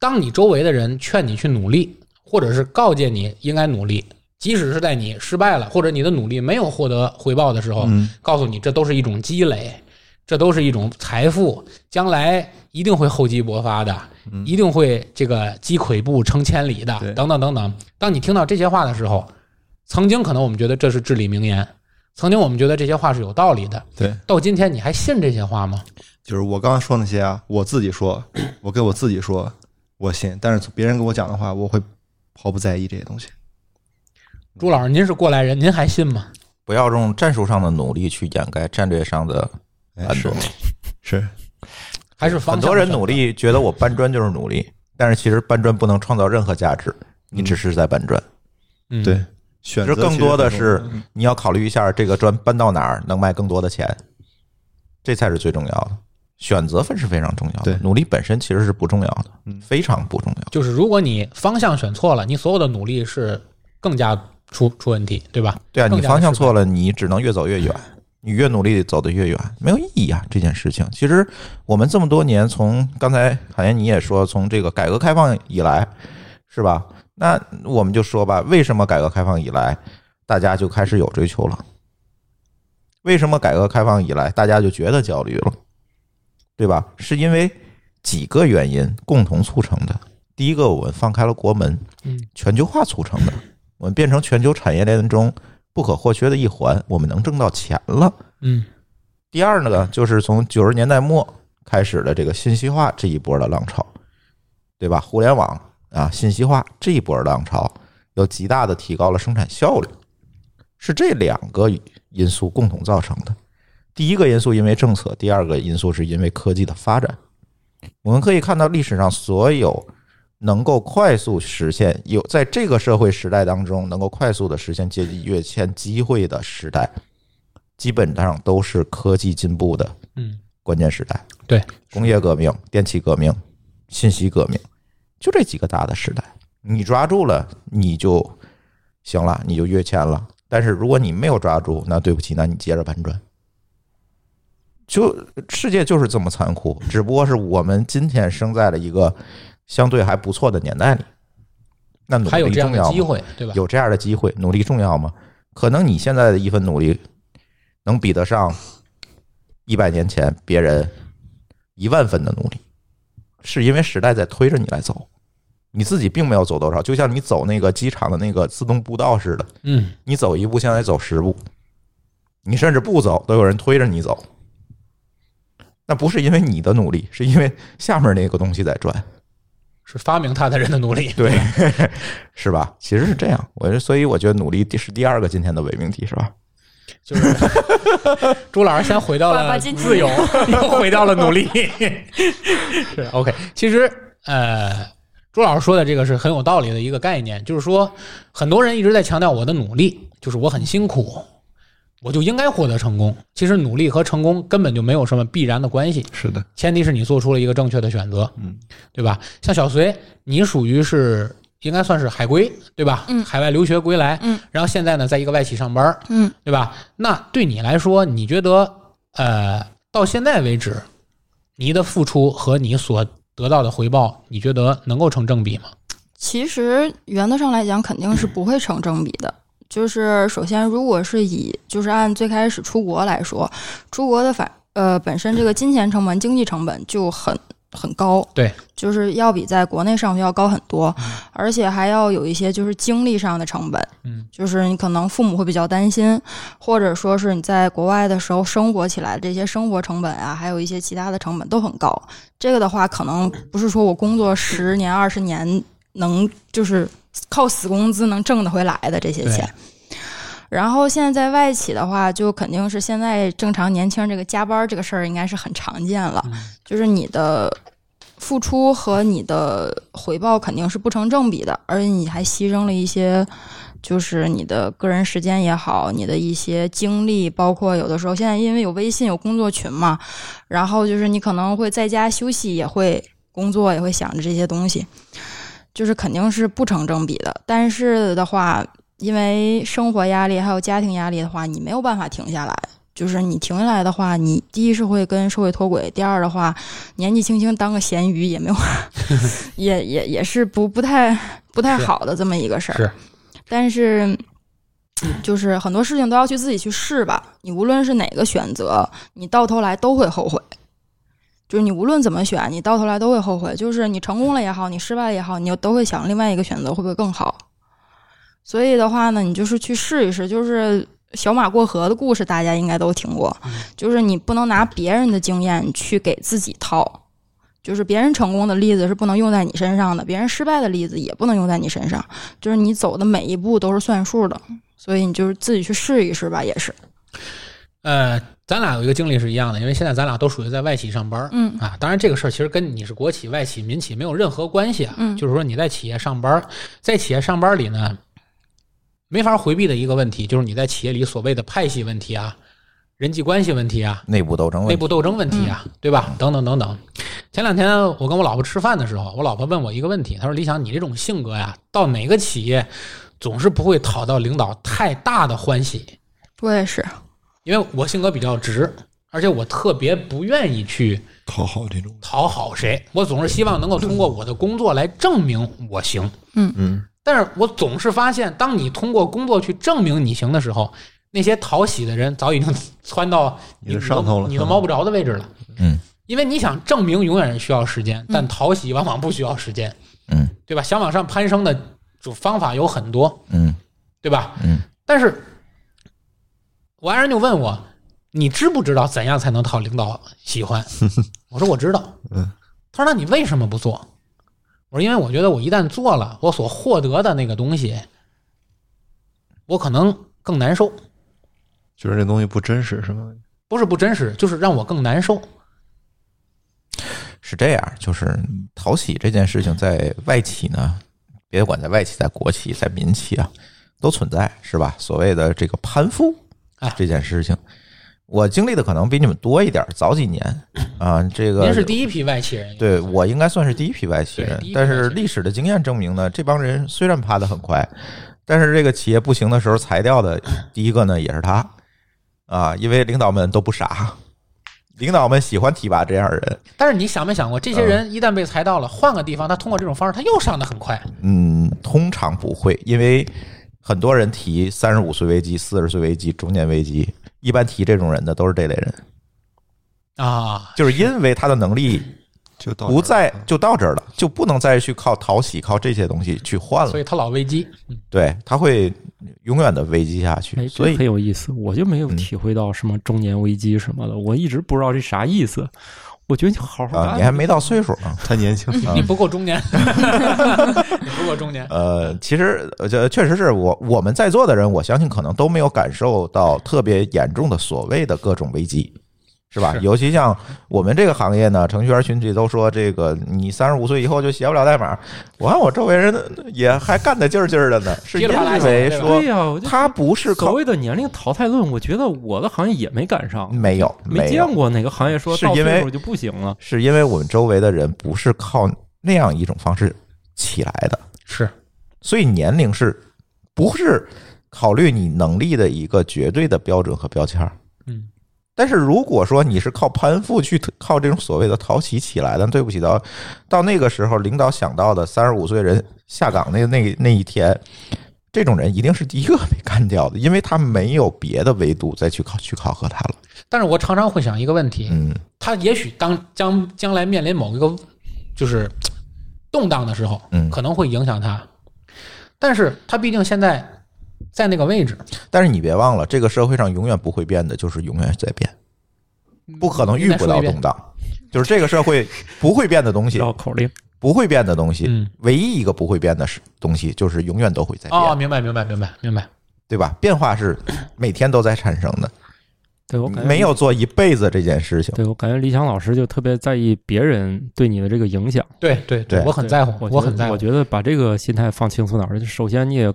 S1: 当你周围的人劝你去努力，或者是告诫你应该努力，即使是在你失败了，或者你的努力没有获得回报的时候，
S2: 嗯
S1: 告诉你这都是一种积累，这都是一种财富，将来一定会厚积薄发的，
S3: 嗯
S1: 一定会这个积跬步成千里的
S2: 对，
S1: 等等等等。当你听到这些话的时候，曾经可能我们觉得这是至理名言，曾经我们觉得这些话是有道理的，
S2: 对，
S1: 到今天你还信这些话吗？
S2: 就是我刚刚说那些啊，我自己说，我跟我自己说，我信，但是别人跟我讲的话，我会毫不在意这些东西。
S1: 朱老师，您是过来人，您还信吗？
S3: 不要用战术上的努力去掩盖战略上的
S2: 哎，
S3: 很
S2: 是
S3: 多。
S2: 是，
S1: 还是方
S3: 很
S1: 向
S3: 多人
S1: 的
S3: 努力觉得我搬砖就是努力，但是其实搬砖不能创造任何价值，你只是在搬砖。
S1: 选择？嗯
S2: 对，，选
S3: 其实
S2: 择
S3: 更多的是
S2: 其实很重要
S3: 你要考虑一下这个砖搬到哪儿能卖更多的钱，这才是最重要的。选择分是非常重要的，
S2: 对
S3: 努力本身其实是不重要的
S2: 嗯，
S3: 非常不重要。
S1: 就是如果你方向选错了，你所有的努力是更加出出问题，对吧？
S3: 对啊，
S1: 更
S3: 你
S1: 加
S3: 方向
S1: 失败
S3: 错了，你只能越走越远，你越努力走得越远，没有意义啊！这件事情，其实我们这么多年，从刚才好像你也说，从这个改革开放以来，是吧？那我们就说吧，为什么改革开放以来，大家就开始有追求了？为什么改革开放以来，大家就觉得焦虑了，对吧？是因为几个原因共同促成的。第一个，我们放开了国门，
S1: 嗯，
S3: 全球化促成的，我们变成全球产业链中不可或缺的一环，我们能挣到钱了。
S1: 嗯
S3: 第二呢，就是从九十年代末开始的这个信息化这一波的浪潮，对吧？互联网啊，信息化这一波的浪潮，又极大的提高了生产效率，是这两个因素共同造成的。第一个因素因为政策，第二个因素是因为科技的发展。我们可以看到历史上所有能够快速实现有在这个社会时代当中能够快速的实现阶级跃迁机会的时代，基本上都是科技进步的
S1: 嗯，
S3: 关键时代。
S1: 对，
S3: 工业革命、电气革命、信息革命，就这几个大的时代，你抓住了你就行了，你就跃迁了。但是如果你没有抓住，那对不起，那你接着搬砖。就世界就是这么残酷，只不过是我们今天生在了一个相对还不错的年代里。那努力
S1: 还有这样
S3: 重
S1: 的
S3: 要
S1: 机
S3: 吗？
S1: 会，对吧？
S3: 有这样的机会，努力重要吗？可能你现在的一份努力，能比得上一百年前别人一万分的努力，是因为时代在推着你来走，你自己并没有走多少。就像你走那个机场的那个自动步道似的，
S1: 嗯，
S3: 你走一步，现在走十步，你甚至不走都有人推着你走。那不是因为你的努力，是因为下面那个东西在转，
S1: 是发明它的人的努力。
S3: 对， 是吧？其实是这样，我所以我觉得努力第是第二个今天的伪命题，是吧？
S1: 就是朱老师先回到
S9: 把把
S1: 了
S9: 今天
S1: 自由，又 回到了努力。是 OK，其实呃，朱老师说的这个是很有道理的一个概念，就是说很多人一直在强调我的努力，就是我很辛苦，我就应该获得成功。其实努力和成功根本就没有什么必然的关系，
S2: 是的，
S1: 前提是你做出了一个正确的选择，
S2: 嗯，
S1: 对吧？像小隋，你属于是应该算是海归，对吧？
S5: 嗯
S1: 海外留学归来，
S5: 嗯，
S1: 然后现在呢，在一个外企上班，
S5: 嗯，
S1: 对吧？那对你来说，你觉得呃，到现在为止，你的付出和你所得到的回报，你觉得能够成正比吗？
S5: 其实原则上来讲，肯定是不会成正比的。就是首先，如果是以就是按最开始出国来说，出国的反呃本身这个金钱成本、经济成本就很很高，
S1: 对，
S5: 就是要比在国内上学要高很多，而且还要有一些就是精力上的成本，
S1: 嗯，
S5: 就是你可能父母会比较担心，或者说是你在国外的时候生活起来这些生活成本啊，还有一些其他的成本都很高。这个的话，可能不是说我工作十年二十年能就是靠死工资能挣得回来的这些钱
S1: 对。
S5: 然后现在在外企的话，就肯定是现在正常年轻人这个加班这个事儿应该是很常见了，就是你的付出和你的回报肯定是不成正比的，而且你还牺牲了一些，就是你的个人时间也好，你的一些精力，包括有的时候现在因为有微信有工作群嘛，然后就是你可能会在家休息，也会工作，也会想着这些东西，就是肯定是不成正比的。但是的话，因为生活压力还有家庭压力的话，你没有办法停下来。就是你停下来的话，你第一是会跟社会脱轨，第二的话，年纪轻轻当个咸鱼也没有， 也也也是不不太不太
S1: 是
S5: 好的这么一个事儿。
S1: 是
S5: 但是就是很多事情都要去自己去试吧。你无论是哪个选择，你到头来都会后悔。就是你无论怎么选，你到头来都会后悔。就是你成功了也好，你失败了也好，你都会想另外一个选择会不会更好。所以的话呢，你就是去试一试。就是小马过河的故事，大家应该都听过。就是你不能拿别人的经验去给自己套，就是别人成功的例子是不能用在你身上的，别人失败的例子也不能用在你身上。就是你走的每一步都是算数的，所以你就是自己去试一试吧，也是。
S1: 呃，咱俩有一个经历是一样的，因为现在咱俩都属于在外企上班儿，
S5: 嗯
S1: 啊，当然这个事儿其实跟你是国企、外企、民企没有任何关系啊。
S5: 嗯
S1: 就是说你在企业上班儿，在企业上班里呢，没法回避的一个问题就是你在企业里所谓的派系问题啊、人际关系问题啊、
S3: 内部斗争问题，嗯
S1: 内部斗争问题啊，对吧？等等等等。前两天我跟我老婆吃饭的时候，我老婆问我一个问题，她说：“李想，你这种性格呀，到哪个企业总是不会讨到领导太大的欢喜？”
S5: 我也是，
S1: 因为我性格比较直，而且我特别不愿意去
S2: 讨好这种，
S1: 讨好谁，我总是希望能够通过我的工作来证明我行。
S2: 嗯，
S1: 但是我总是发现，当你通过工作去证明你行的时候，那些讨喜的人早已经窜到
S2: 你的上头了
S1: 你都摸不着的位置了。
S3: 嗯，
S1: 因为你想证明永远是需要时间，但讨喜往往不需要时间。
S3: 嗯，
S1: 对吧？想往上攀升的就方法有很多，
S3: 嗯
S1: 对吧？
S3: 嗯，
S1: 但是我爱人就问我，你知不知道怎样才能讨领导喜欢？我说我知道。
S2: 嗯，
S1: 他说那你为什么不做？我说因为我觉得我一旦做了，我所获得的那个东西，我可能更难受。
S2: 觉得这东西不真实是吗？
S1: 不是不真实，就是让我更难受。
S3: 是这样，就是讨喜这件事情在外企呢，别管在外企、在国企、在民企啊，都存在，是吧？所谓的这个攀附
S1: 哎
S3: 这件事情，我经历的可能比你们多一点儿，早几年啊，这个
S1: 您是第一批外企人，
S3: 对我应该算是第一批外企人
S1: 对第一批，
S3: 但
S1: 外企
S3: 是
S1: 人
S3: 历史的经验证明呢，这帮人虽然爬得很快，但是这个企业不行的时候裁掉的第一个呢也是他啊，因为领导们都不傻，领导们喜欢提拔这样的人，
S1: 但是你想没想过，这些人一旦被裁到了，换个地方，他通过这种方式，他又上的很快。
S3: 嗯，通常不会，因为很多人提三十五岁危机、四十岁危机、中年危机，一般提这种人的都是这类人，
S1: 啊，
S3: 就是因为他的能力
S2: 就到
S3: 不
S2: 这
S3: 在
S2: 儿啊了，嗯
S3: 就到这儿了，就不能再去靠讨喜、靠这些东西去换
S1: 所
S3: 了，
S1: 以他老危机。
S3: 对他会永远的危机下去。
S4: 哎，
S3: 所
S4: 这
S3: 以
S4: 很有意思，我就没有
S3: 嗯
S4: 体会到什么中年危机什么的，我一直不知道这啥意思。我觉得你好好
S3: 啊，
S4: 干。
S3: 你还没到岁数啊。
S2: 太年 轻，
S3: 啊
S1: 你不够中年，你不够中年。
S3: 呃，其实呃，这确实是我我们在座的人，我相信可能都没有感受到特别严重的所谓的各种危机，是吧？
S1: 是
S3: 尤其像我们这个行业呢，程序员群体都说这个你三十五岁以后就写不了代码，我看我周围人也还干得劲儿劲儿的呢，是
S1: 噼
S3: 因
S1: 里啪啦写
S3: 为
S1: 对吧
S3: 说
S4: 对呀、我就
S3: 他不是
S4: 所
S3: 靠
S4: 谓的年龄淘汰论，我觉得我的行业也没赶上，
S3: 没有
S4: 没
S3: 嗯没
S4: 见
S3: 有，
S4: 过哪个行业说
S3: 是
S4: 到
S3: 因为
S4: 岁数就不行了。
S3: 是因为我们周围的人不是靠那样一种方式起来的。
S1: 是
S3: 所以年龄是不是考虑你能力的一个绝对的标准和标签儿？
S1: 嗯，
S3: 但是如果说你是靠攀附去靠这种所谓的讨喜起来的，对不起到到那个时候，领导想到的三十五岁人下岗那那那一天，这种人一定是第一个被干掉的，因为他没有别的维度再去考去考核他了。
S1: 但是我常常会想一个问题，
S3: 嗯，
S1: 他也许当将将来面临某一个就是动荡的时候，
S3: 嗯
S1: 可能会影响他，但是他毕竟现在在那个位置，
S3: 但是你别忘了，这个社会上永远不会变的，就是永远在变，不可能遇不到动荡。就是这个社会不会变的东 西，
S4: 绕口令，
S3: 不会变的东西，
S1: 嗯
S3: 唯一一个不会变的是东西，就是永远都会在变，
S1: 哦，明白明白明白明白，
S3: 对吧？变化是每天都在产生的，
S4: 对我感觉
S3: 没有做一辈子这件事情。
S4: 对我感觉李想老师就特别在意别人对你的这个影响，
S1: 对对
S3: 对
S1: 我很在乎，我
S4: 我觉得
S1: 很在乎
S4: 我，觉得把这个心态放轻松点儿。首先，你也，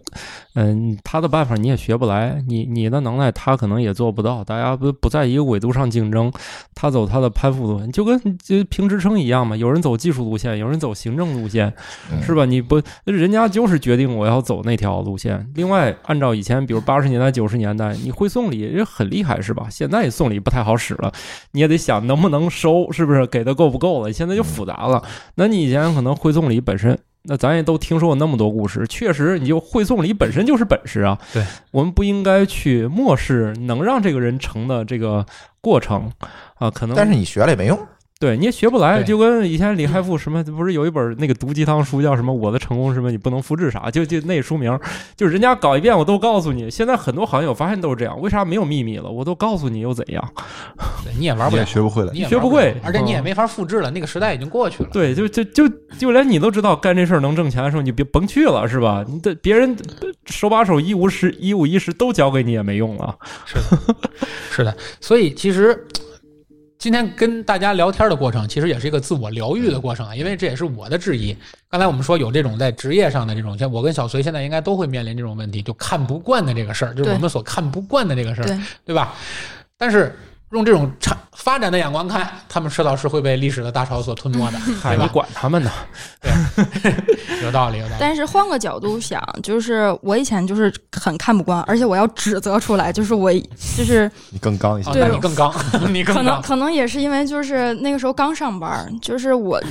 S4: 嗯，他的办法你也学不来，你你的能耐他可能也做不到。大家不不在一个纬度上竞争，他走他的攀附路线，就跟就评职称一样嘛。有人走技术路线，有人走行政路线，
S3: 嗯
S4: 是吧？你不，人家就是决定我要走那条路线。另外，按照以前，比如八十年代、九十年代，你会送礼这很厉害是吧？现在送礼不太好使了，你也得想能不能收，是不是给的够不够了？现在就复杂了。那你以前可能会送礼本身，那咱也都听说过那么多故事，确实，你就会送礼本身就是本事啊。
S1: 对，
S4: 我们不应该去漠视能让这个人成的这个过程啊，可能
S3: 但是你学了也没用，
S4: 对你也学不来，
S1: 对嗯
S4: 就跟以前李开复什么，不是有一本那个毒鸡汤书叫什么“我的成功什么你不能复制啥”，就就那书名，就是人家搞一遍我都告诉你。现在很多行业我发现都是这样，为啥没有秘密了？我都告诉你又怎样？
S1: 对你也玩不了，
S2: 学不会了
S1: 你。也
S4: 学
S1: 玩
S4: 不
S1: 不了
S4: 会
S1: 而且你也
S4: 嗯
S1: 没法复制了，那个时代已经过去了。
S4: 对，就就就就连你都知道干这事儿能挣钱的时候，你别甭去了，是吧？你这别人手把手一五十一五一十都教给你也没用了。
S1: 是的，所以其实今天跟大家聊天的过程，其实也是一个自我疗愈的过程啊，因为这也是我的质疑。刚才我们说有这种在职业上的这种，像我跟小隋现在应该都会面临这种问题，就看不惯的这个事儿，就是
S5: 对
S1: 我们所看不惯的这个事儿，
S5: 对
S1: 对吧？但是。用这种长发展的眼光看，他们迟早是会被历史的大潮所吞 没的，对
S4: 嗨，你
S1: 吧？
S4: 管他们呢？
S1: 有道理，有道理。
S5: 但是换个角度想，就是我以前就是很看不惯，而且我要指责出来，就是我就是
S2: 你更刚一些
S1: 啊，，
S5: 对
S1: 那你更刚，你更
S5: 可能
S1: 刚，
S5: 可能也是因为就是那个时候刚上班儿，就是我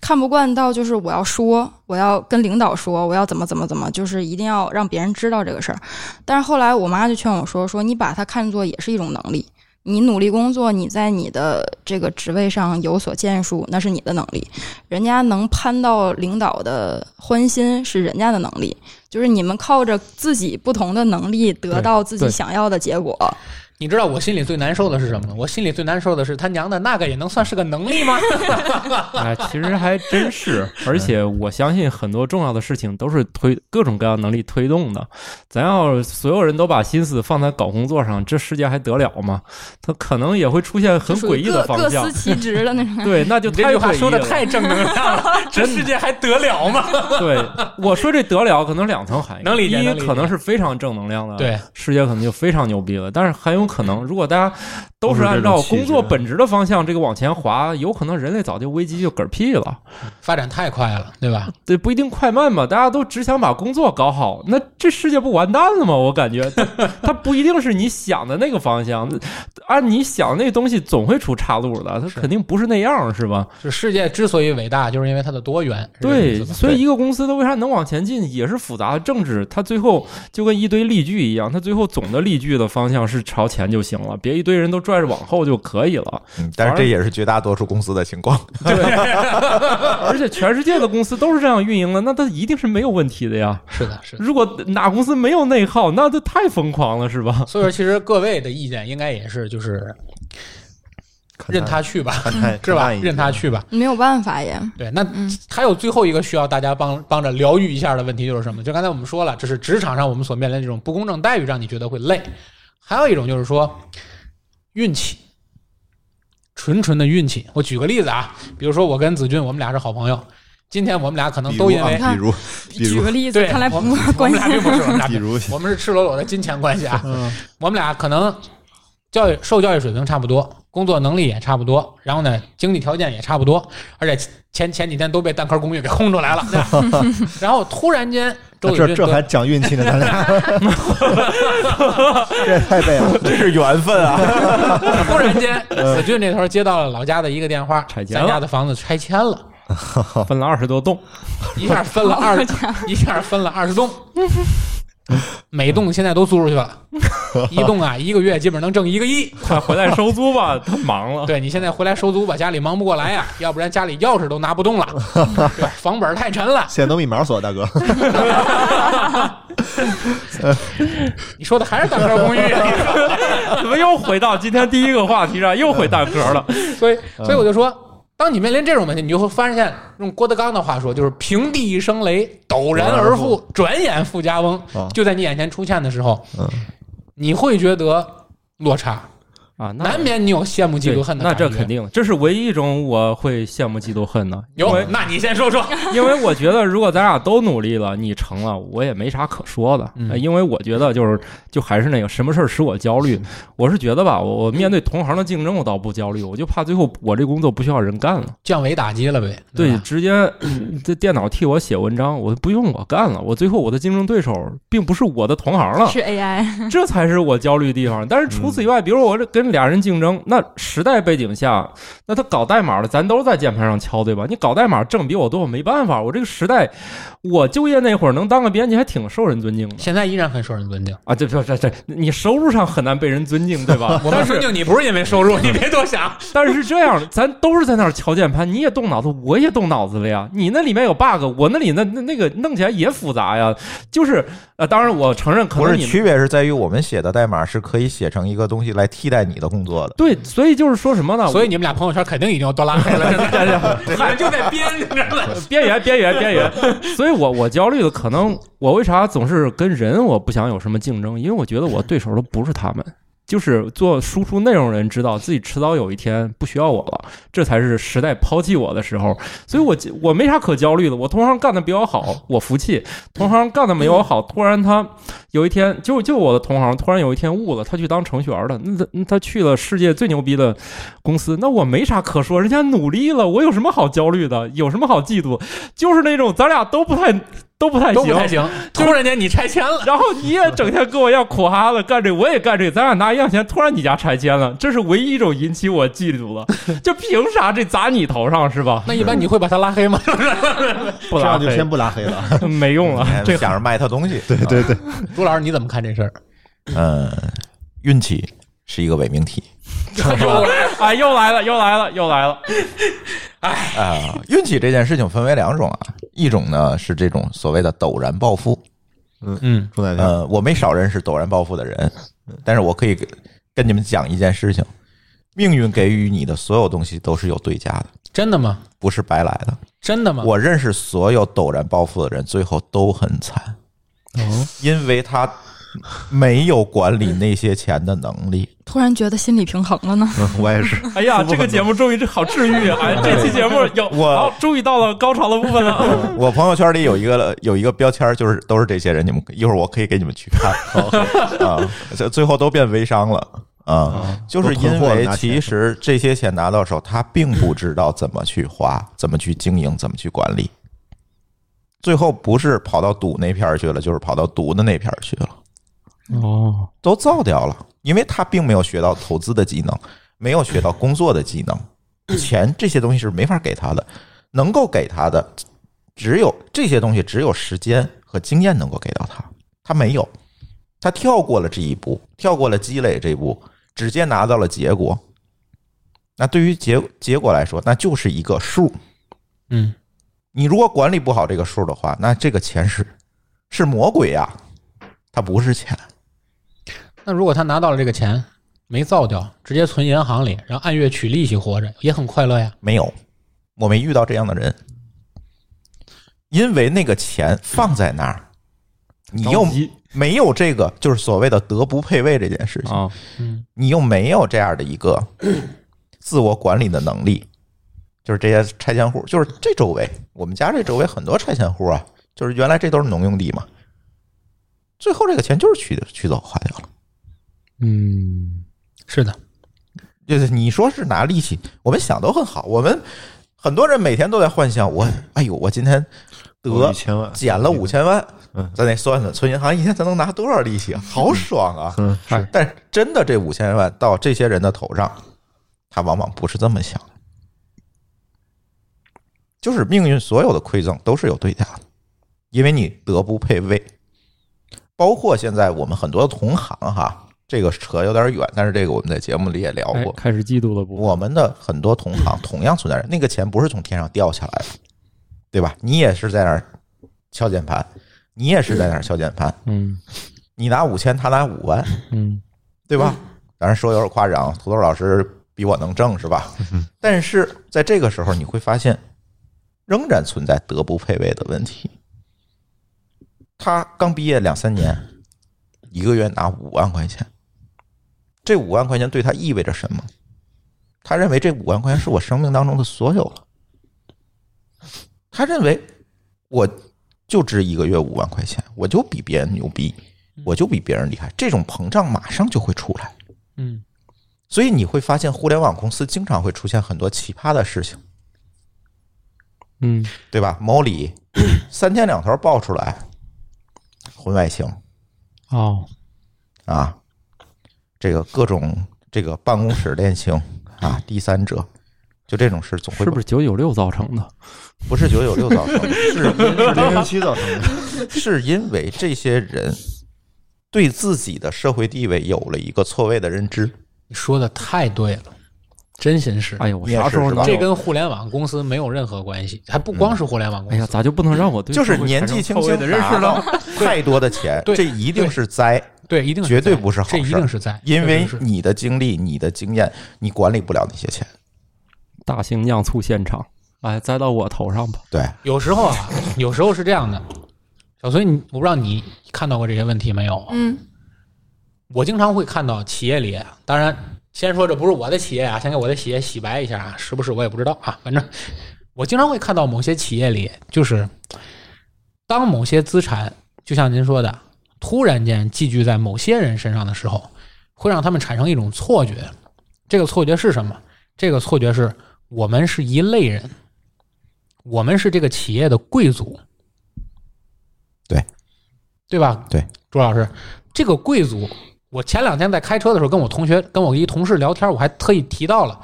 S5: 看不惯到就是我要说，我要跟领导说，我要怎么怎么怎么，就是一定要让别人知道这个事儿。但是后来我妈就劝我说，说你把它看作也是一种能力。你努力工作，你在你的这个职位上有所建树，那是你的能力。人家能攀到领导的欢心是人家的能力，就是你们靠着自己不同的能力得
S1: 对
S5: 到自己
S1: 对
S5: 想要的结果。
S1: 你知道我心里最难受的是什么吗？我心里最难受的是他娘的那个也能算是个能力吗？
S4: 哎，其实还真是，而且我相信很多重要的事情都是推各种各样能力推动的。咱要所有人都把心思放在搞工作上，这世界还得了吗？它可能也会出现很
S5: 就属
S4: 诡
S5: 于
S4: 异的
S5: 各各
S4: 方向
S5: 司。其职的那种。
S4: 对，那就
S1: 你这
S4: 太
S1: 句话
S4: 诡
S1: 说
S4: 异
S1: 的
S4: 了。
S1: 太正能量了，这世界还得了吗？
S4: 对，我说这得了可能两层含义，
S1: 能理解
S4: 第一
S1: 能理解
S4: 可能是非常正能量的，，
S1: 对，
S4: 世界可能就非常牛逼了。但是很有可能，如果大家都是
S2: 都是
S4: 按
S2: 这种
S4: 照
S2: 气
S4: 工作
S2: 质
S4: 本质的方向这个往前滑，有可能人类早就危机就嗝屁了。
S1: 发展太快了，对 吧？
S4: 对，不一定快慢嘛，大家都只想把工作搞好，那这世界不完蛋了吗？我 感觉它它不一定是你想的那个方向，按你想那东西总会出岔路的，它
S1: 是
S4: 肯定不是那样，是吧？
S1: 就世界之所以伟大，就是因为它的多元。是这个意
S4: 对，
S1: 思吧
S4: 所以一个公司它为啥能往前进，也是复杂的政治，它最后就跟一堆例句一样，它最后总的例句的方向是朝前就行了，别一堆人都拽着往后就可以 了。
S3: 嗯但是这也是绝大多数公司的情况。
S4: 而且全世界的公司都是这样运营的，那它一定是没有问题的呀。
S1: 是的，是的。
S4: 如果哪公司没有内耗，那它太疯狂了，是吧？
S1: 所以说，其实各位的意见应该也是就是
S2: 看
S1: 任他去吧，
S2: 看他
S1: 是吧？
S2: 看
S1: 任他，去吧。
S5: 没有办法也，
S1: 对，那
S5: 嗯
S1: 还有最后一个需要大家帮帮着疗愈一下的问题就是什么？就刚才我们说了，这是职场上我们所面临的这种不公正待遇，让你觉得会累。还有一种就是说运气，纯纯的运气。我举个例子啊，比如说我跟子俊，我们俩是好朋友，今天我们俩可能
S2: 比
S1: 都
S2: 如
S1: 因为
S2: 啊比如比如
S5: 举个例子，
S1: 对，
S5: 看来
S1: 我
S5: 不
S1: 们我
S5: 关
S1: 们
S5: 系
S1: 俩并不是，我们俩
S2: 比如
S1: 我们是赤裸裸的金钱关系啊。我们俩可能教育受教育水平差不多，工作能力也差不多，然后呢，经济条件也差不多，而且前前几天都被蛋壳公寓给轰出来了，对吧然后突然间周宇
S2: 啊这
S1: 君
S2: 这
S1: 得
S2: 还讲运气呢，咱俩这也太背了，
S3: 这是缘分啊！
S1: 突然间子俊这头接到了老家的一个电话，
S4: 拆迁
S1: 咱
S4: 了
S1: 家的房子拆迁了，
S4: 分了二十多栋，
S1: 一下分 了 二，一下分了二十栋，每栋现在都租出去了，一栋啊一个月基本能挣一个亿。
S4: 快回来收租吧，太忙 了。
S1: 对你现在回来收租吧，家里忙不过来呀、要不然家里钥匙都拿不动了，对，房本儿太沉了。
S2: 现在都密码锁，大哥，
S1: 你说的还是蛋壳公寓，
S4: 怎么又回到今天第一个话题上，又回蛋壳 了？
S1: 所以所以我就说，当你面临这种问题，你就会发现，用郭德纲的话说，就是平地一声雷，陡然而富，转眼富家翁
S2: 啊，
S1: 就在你眼前出现的时候
S2: 嗯，
S1: 你会觉得落差，
S4: 啊，那
S1: 难免你有羡慕嫉妒恨的
S4: 那
S1: 感觉。
S4: 这肯定，这是唯一一种我会羡慕嫉妒恨的，因
S1: 有
S4: 为，
S1: 那你先说说。
S4: 因为我觉得如果咱俩都努力了，你成了，我也没啥可说的，
S1: 嗯
S4: 呃因为我觉得就是就还是那个什么事儿使我焦虑，我是觉得
S1: 嗯
S4: 吧，我我面对同行的竞争我倒不焦虑，我就怕最后我这工作不需要人干了，嗯
S1: 降维打击了呗，
S4: 对，
S1: 吧
S4: 直接这电脑替我写文章，我不用我干了，我最后我的竞争对手并不是我的同行了，
S5: 是 AI，
S4: 这才是我焦虑的地方。但是除此以外，比如我这跟俩人竞争，那时代背景下，那他搞代码的，咱都在键盘上敲，对吧？你搞代码挣比我多，我没办法。我这个时代，我就业那会儿能当个编辑，还挺受人尊敬的
S1: 现在依然很受人尊敬。？
S4: 啊。这这这这，你收入上很难被人尊敬，对吧
S1: 我们尊敬你不是因为收入，你别多想。
S4: 但是是这样的，咱都是在那儿敲键盘，你也动脑子，我也动脑子了呀。你那里面有 bug，我那里那那那个弄起来也复杂呀。就是呃，当然我承认，可
S3: 不
S4: 能
S3: 是
S4: 你们
S3: 区别是在于我们写的代码是可以写成一个东西来替代你的工作的。
S4: 对，所以就是说什么呢？
S1: 所以你们俩朋友圈肯定已经有多拉黑 了，真的，反正就在编，你知道吗？
S4: 边缘，边缘，边缘。所以我我焦虑的可能，我为啥总是跟人我不想有什么竞争？因为我觉得我对手都不是他们，就是做输出内容人知道自己迟早有一天不需要我了，这才是时代抛弃我的时候。所以我我没啥可焦虑的，我同行干的比我 好，我服气；同行干的没我好，突然他有一天就就我的同行突然有一天悟了，他去当程序员了，那他那他去了世界最牛逼的公司，那我没啥可说，人家努力了，我有什么好焦虑的？有什么好嫉妒？就是那种咱俩都不太都不太
S1: 都
S4: 行
S1: 不。太行。突然间你拆迁了，
S4: 然后你也整天跟我一样苦哈哈的干这，我也干这，咱俩拿一样钱，突然你家拆迁了，这是唯一一种引起我嫉妒的。就凭啥这砸你头上是吧？
S1: 那一般你会把他拉黑吗？
S4: 不
S2: 这
S4: 拉
S2: 样就
S4: 黑
S2: 先不拉黑了。
S1: 嗯
S4: 没用了。
S3: 你想着卖他东西，对啊
S2: 对对，
S1: 朱老师你怎么看这事 儿？
S3: 嗯，运气是一个伪命题
S1: 哎
S4: 又来啊！又来了，又来了，又来了。
S3: 啊、运气这件事情分为两种啊，一种呢是这种所谓的陡然暴富，
S1: 嗯，
S2: 钟大强，
S3: 呃，我没少认识陡然暴富的人，但是我可以跟跟你们讲一件事情：命运给予你的所有东西都是有对价的，
S1: 真的吗？
S3: 不是白来的。
S1: 真的吗？
S3: 我认识所有陡然暴富的人，最后都很惨，
S1: 嗯
S3: 因为他没有管理那些钱的能力。
S5: 突然觉得心理平衡了呢。
S2: 嗯我也是，
S4: 哎呀，这个节目终于好治愈啊！这期节目有
S3: 我
S4: 好终于到了高潮的部分了。
S3: 我朋友圈里有一个有一个标签儿，就是都是这些人，你们一会儿我可以给你们去看 啊，最最后都变微商了啊，就是因为其实这些钱拿到手，他并不知道怎么去花，怎么去经营，怎么去管理，最后不是跑到赌那片儿去了，就是跑到毒的那片儿去了。
S4: 哦，
S3: 都造掉了，因为他并没有学到投资的技能，没有学到工作的技能，钱这些东西是没法给他的，能够给他的只有这些东西，只有时间和经验能够给到他，他没有，他跳过了这一步，跳过了积累这一步，直接拿到了结果。那对于结结果来说，那就是一个数，
S1: 嗯，
S3: 你如果管理不好这个数的话，那这个钱是啊是魔鬼呀、它不是钱。
S1: 那如果他拿到了这个钱，没造掉，直接存银行里，然后按月取利息活着，也很快乐呀。
S3: 没有，我没遇到这样的人，因为那个钱放在那儿，你又
S4: 着急
S3: 没有这个就是所谓的德不配位这件事情，
S4: 啊，
S1: 嗯，
S3: 你又没有这样的一个自我管理的能力，就是这些拆迁户，就是这周围，我们家这周围很多拆迁户啊，就是原来这都是农用地嘛，最后这个钱就是取取走花掉了。
S1: 嗯，是的，
S3: 就是你说是拿利息，我们想都很好，我们很多人每天都在幻想，我哎呦，我今天
S2: 我
S3: 得
S2: 一千万
S3: 捡了五，千万
S2: 嗯，
S3: 咱得算算，存银行一天咱能拿多少利息啊？好爽啊！
S2: 嗯，
S4: 是
S3: 但真的这五千万到这些人的头上，他往往不是这么想，就是命运所有的馈赠都是有对价的，因为你德不配位。包括现在我们很多同行哈，这个扯有点远，但是这个我们在节目里也聊
S4: 哎
S3: 过，，
S4: 开始嫉妒了不？
S3: 我们的很多同行同样存在着，那个钱不是从天上掉下来的，对吧？你也是在那儿敲键盘，你也是在那儿敲键盘，
S4: 嗯
S3: 你拿五千，他拿五万，
S4: 嗯，
S3: 对吧？ 当然说有点夸张，土豆老师比我能挣是 吧？但是在这个时候，你会发现仍然存在德不配位的问题。他刚毕业两三年，一个月拿五万块钱，这五万块钱对他意味着什么？他认为这五万块钱是我生命当中的所有了。他认为我就值一个月五万块钱，我就比别人牛逼，我就比别人厉害，这种膨胀马上就会出来。
S1: 嗯，
S3: 所以你会发现，互联网公司经常会出现很多奇葩的事情，
S4: 嗯，
S3: 对吧？某里三天两头爆出来婚外情
S1: 哦，
S3: 啊，这个各种这个办公室恋情啊，第三者，就这种事总会
S4: 是不是九九六造成的？
S3: 不是九九六造成的，是
S2: 是零零七造成的，
S3: 是因为这些人对自己的社会地位有了一个错位的认知。
S1: 你说的太对了，真心是。
S4: 哎呀，我
S3: 你也
S4: 啥
S3: 是
S4: 时候
S3: 是吧
S4: 能
S1: 这跟互联网公司没有任何关系，还不光是互联网公
S4: 哎
S1: 司。
S4: 呀，咋就不能让我对
S3: 就是
S4: 社会
S3: 年
S4: 产生
S3: 纪轻
S4: 错位
S3: 轻
S4: 的认识
S3: 拿
S4: 了？
S3: 到 太多的钱，
S1: 对
S3: 这一定是灾，
S1: 对，一定
S3: 绝对
S1: 在
S3: 不是好
S1: 这一
S3: 事
S1: 定
S3: 儿。
S1: 是在，
S3: 因
S1: 这
S3: 为
S1: 就是
S3: 你的经历、你的经验，你管理不了那些钱。
S4: 大型酿醋现场，哎，栽到我头上吧。
S3: 对，
S1: 有时候啊，有时候是这样的。小崔，你我不知道你看到过这些问题没有？啊
S5: 嗯
S1: 我经常会看到企业里，当然先说这不是我的企业啊，先给我的企业洗白一下啊，是不是我也不知道啊，反正我经常会看到某些企业里，就是当某些资产，就像您说的，突然间寄居在某些人身上的时候，会让他们产生一种错觉。这个错觉是什么？这个错觉是我们是一类人，我们是这个企业的贵族，
S3: 对，
S1: 对吧？
S3: 对，
S1: 朱老师，这个贵族，我前两天在开车的时候跟我同学、跟我一同事聊天，我还特意提到了，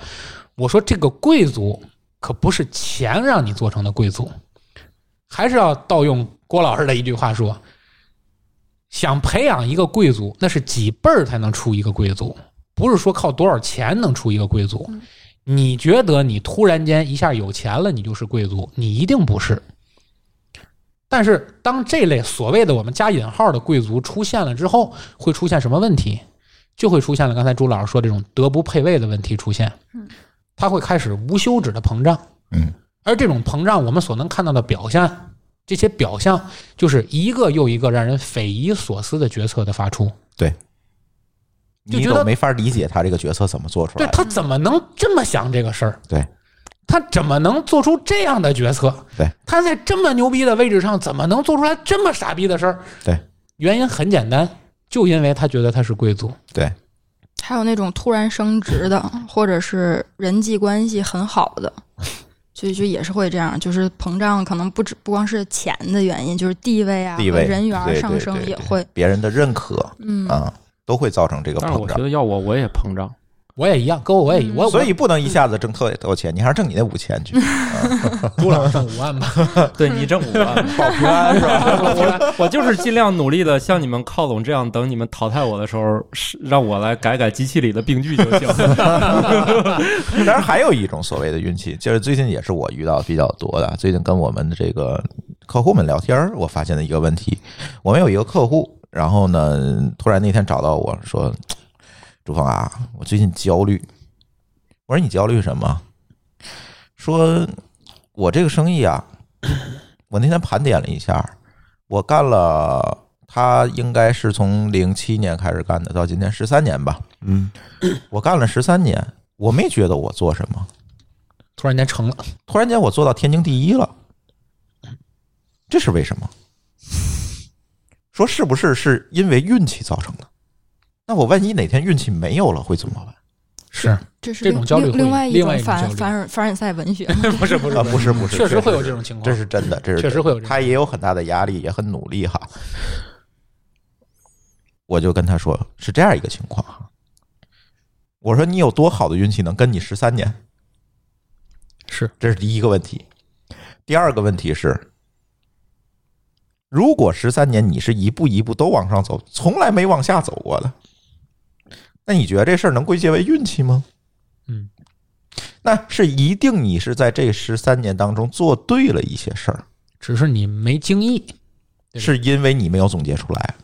S1: 我说这个贵族可不是钱让你做成的贵族，还是要盗用郭老师的一句话说，想培养一个贵族，那是几辈儿才能出一个贵族，不是说靠多少钱能出一个贵族。你觉得你突然间一下有钱了，你就是贵族？你一定不是。但是，当这类所谓的我们加引号的贵族出现了之后，会出现什么问题？就会出现了刚才朱老师说这种德不配位的问题出现
S5: 嗯。
S1: 它会开始无休止的膨胀。
S3: 嗯，
S1: 而这种膨胀，我们所能看到的表象，这些表象就是一个又一个让人匪夷所思的决策的发出。就
S3: 你
S1: 觉
S3: 都
S1: 得
S3: 没法理解他这个决策怎么做出
S1: 对
S3: 来的。
S1: 他怎么能这么想这个事儿？
S3: 对，
S1: 他怎么能做出这样的决策？
S3: 对，
S1: 他在这么牛逼的位置上，怎么能做出来这么傻逼的事儿？
S3: 对，
S1: 原因很简单，就因为他觉得他是贵族。
S3: 对，
S5: 还有那种突然升职的，或者是人际关系很好的，就就也是会这样，就是膨胀，可能不止不光是钱的原因，就是地位啊、
S3: 地位
S5: 和人缘儿
S3: 对
S5: 上
S3: 对
S5: 升
S3: 对
S5: 也
S3: 对
S5: 会，
S3: 别人的认可
S5: 嗯，
S3: 啊，都会造成这个
S4: 但是我
S3: 膨
S4: 觉
S3: 胀。
S4: 得要我我也膨胀，
S1: 我也一样，哥，我也一
S5: 嗯
S1: 我
S3: 所以不能一下子挣特别多钱，你还是挣你那五千 去
S1: 我朱老师挣五万吧，
S4: 对你挣五 万。
S3: 保平安是吧？
S4: 我我就是尽量努力的向你们靠拢，这样等你们淘汰我的时候，是让我来改改机器里的病句就 行。
S3: 当然还有一种所谓的运气，就是最近也是我遇到比较多的。最近跟我们的这个客户们聊天儿，我发现的一个问题，我们有一个客户，然后呢，突然那天找到我说，朱峰啊，我最近焦虑。我说你焦虑什么？说我这个生意啊，我那天盘点了一下，我干了，他应该是从零七年开始干的，到今年十三年吧。
S2: 嗯，
S3: 我干了十三年，我没觉得我做什么，
S1: 突然间成了，
S3: 突然间我做到天经地义了，这是为什么？说是不是是因为运气造成的？那我万一哪天运气没有了会怎么办？
S1: 是
S5: 这是
S1: 这
S5: 另
S1: 种焦虑
S5: 另
S1: 会
S5: 另外
S1: 另外一种
S5: 凡
S1: 焦虑
S5: 凡尔凡尔赛文学嘛，
S1: 不是不
S3: 啊，不是不是，
S1: 确实会有
S3: 是
S1: 这种情况，
S3: 这是真的，这是
S1: 确实
S3: 真的
S1: 会有这种
S3: 他也有很大的压力，也很努力哈。我就跟他说是这样一个情况哈，我说你有多好的运气能跟你十三年？
S1: 是
S3: 这是第一个问题。第二个问题是，如果十三年你是一步一步都往上走，从来没往下走过的，那你觉得这事儿能归结为运气吗？
S1: 嗯，
S3: 那是一定你是在这十三年当中做对了一些事儿，
S1: 只是你没经意，对
S3: 是因为你没有总结出来。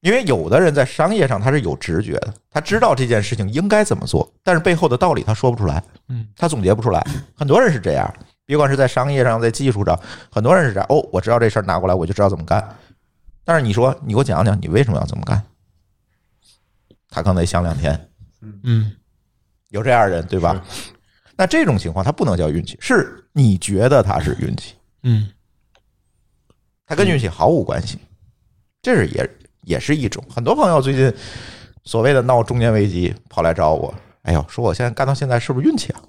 S3: 因为有的人在商业上他是有直觉的，他知道这件事情应该怎么做，但是背后的道理他说不出来，
S1: 嗯，
S3: 他总结不出来。很多人是这样，别管是在商业上，在技术上，很多人是这样。哦，我知道这事儿拿过来，我就知道怎么干。但是你说，你给我讲讲，你为什么要这么干？他可能得想两天，
S1: 嗯，
S3: 有这样的人对吧？那这种情况，他不能叫运气，是你觉得他是运气，
S1: 嗯，
S3: 他跟运气毫无关系。这是也也是一种，很多朋友最近所谓的闹中年危机，跑来找我，哎呦，说我现在干到现在是不是运气啊？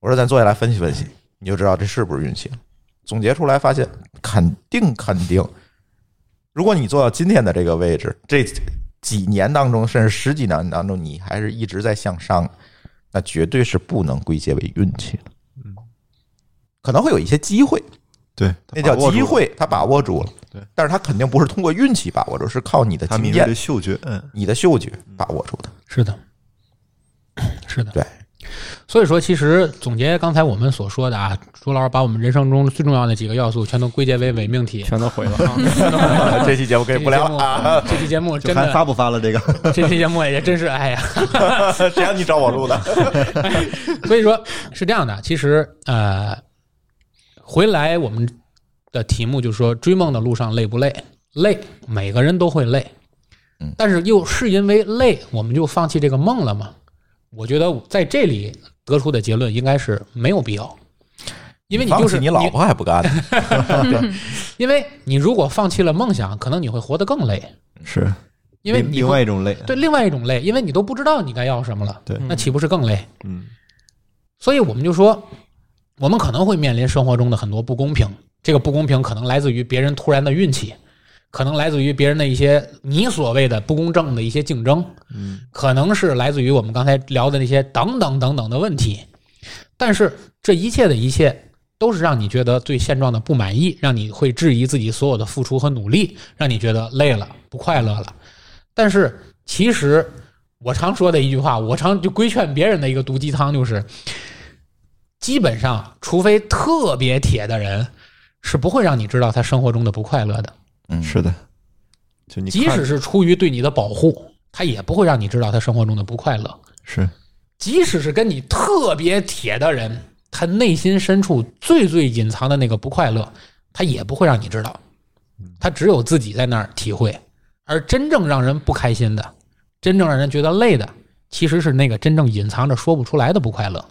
S3: 我说咱坐下来分析分析，你就知道这是不是运气了。总结出来发现，肯定肯定，如果你做到今天的这个位置，这几年当中，甚至十几年当中，你还是一直在向上，那绝对是不能归结为运气的。可能会有一些机会，
S2: 对，
S3: 那叫
S2: 把握住
S3: 机会，他把握住了。
S2: 对，
S3: 但是他肯定不是通过运气把握住，是靠你的
S2: 他
S3: 经
S2: 敏锐
S3: 验
S2: 的、嗅觉，嗯，
S3: 你的嗅觉把握住的。
S1: 是的，是的，
S3: 对。
S1: 所以说，其实总结刚才我们所说的啊，朱老师把我们人生中最重要的几个要素全都归结为伪命题。
S4: 全都毁了啊！
S3: 这期节目给不聊啊，
S1: 这期节目
S2: 就
S1: 真
S2: 看
S1: 的，
S2: 发不发了这个，
S1: 这期节目也真是哎呀，
S3: 谁让你找我录的？
S1: 所以说是这样的，其实呃，回来我们的题目就是说，追梦的路上累不累？累，每个人都会累
S3: 嗯。
S1: 但是又是因为累，我们就放弃这个梦了吗？我觉得在这里得出的结论应该是没有必要，因为你
S3: 放
S1: 就
S3: 弃
S1: 是
S3: 你老婆还不干呢，
S1: 因为你如果放弃了梦想，可能你会活得更累，
S2: 是
S1: 因为
S2: 另
S1: 你
S2: 另
S1: 会
S2: 外一种累，
S1: 对另外一种累，因为你都不知道你该要什么了，
S2: 对
S1: 那岂不是更累？
S2: 嗯，
S1: 所以我们就说，我们可能会面临生活中的很多不公平，这个不公平可能来自于别人突然的运气，可能来自于别人的一些你所谓的不公正的一些竞争，
S2: 嗯，
S1: 可能是来自于我们刚才聊的那些等等等等的问题。但是这一切的一切。都是让你觉得对现状的不满意，让你会质疑自己所有的付出和努力，让你觉得累了、不快乐了。但是其实我常说的一句话，我常就规劝别人的一个毒鸡汤就是：基本上，除非特别铁的人，是不会让你知道他生活中的不快乐的。
S3: 嗯
S2: 是的，就你
S1: 即
S2: 看
S1: 使是出于对你的保护，他也不会让你知道他生活中的不快乐。
S2: 是
S1: 即使是跟你特别铁的人，他内心深处最最隐藏的那个不快乐，他也不会让你知道，他只有自己在那儿体会。而真正让人不开心的，真正让人觉得累的，其实是那个真正隐藏着说不出来的不快乐。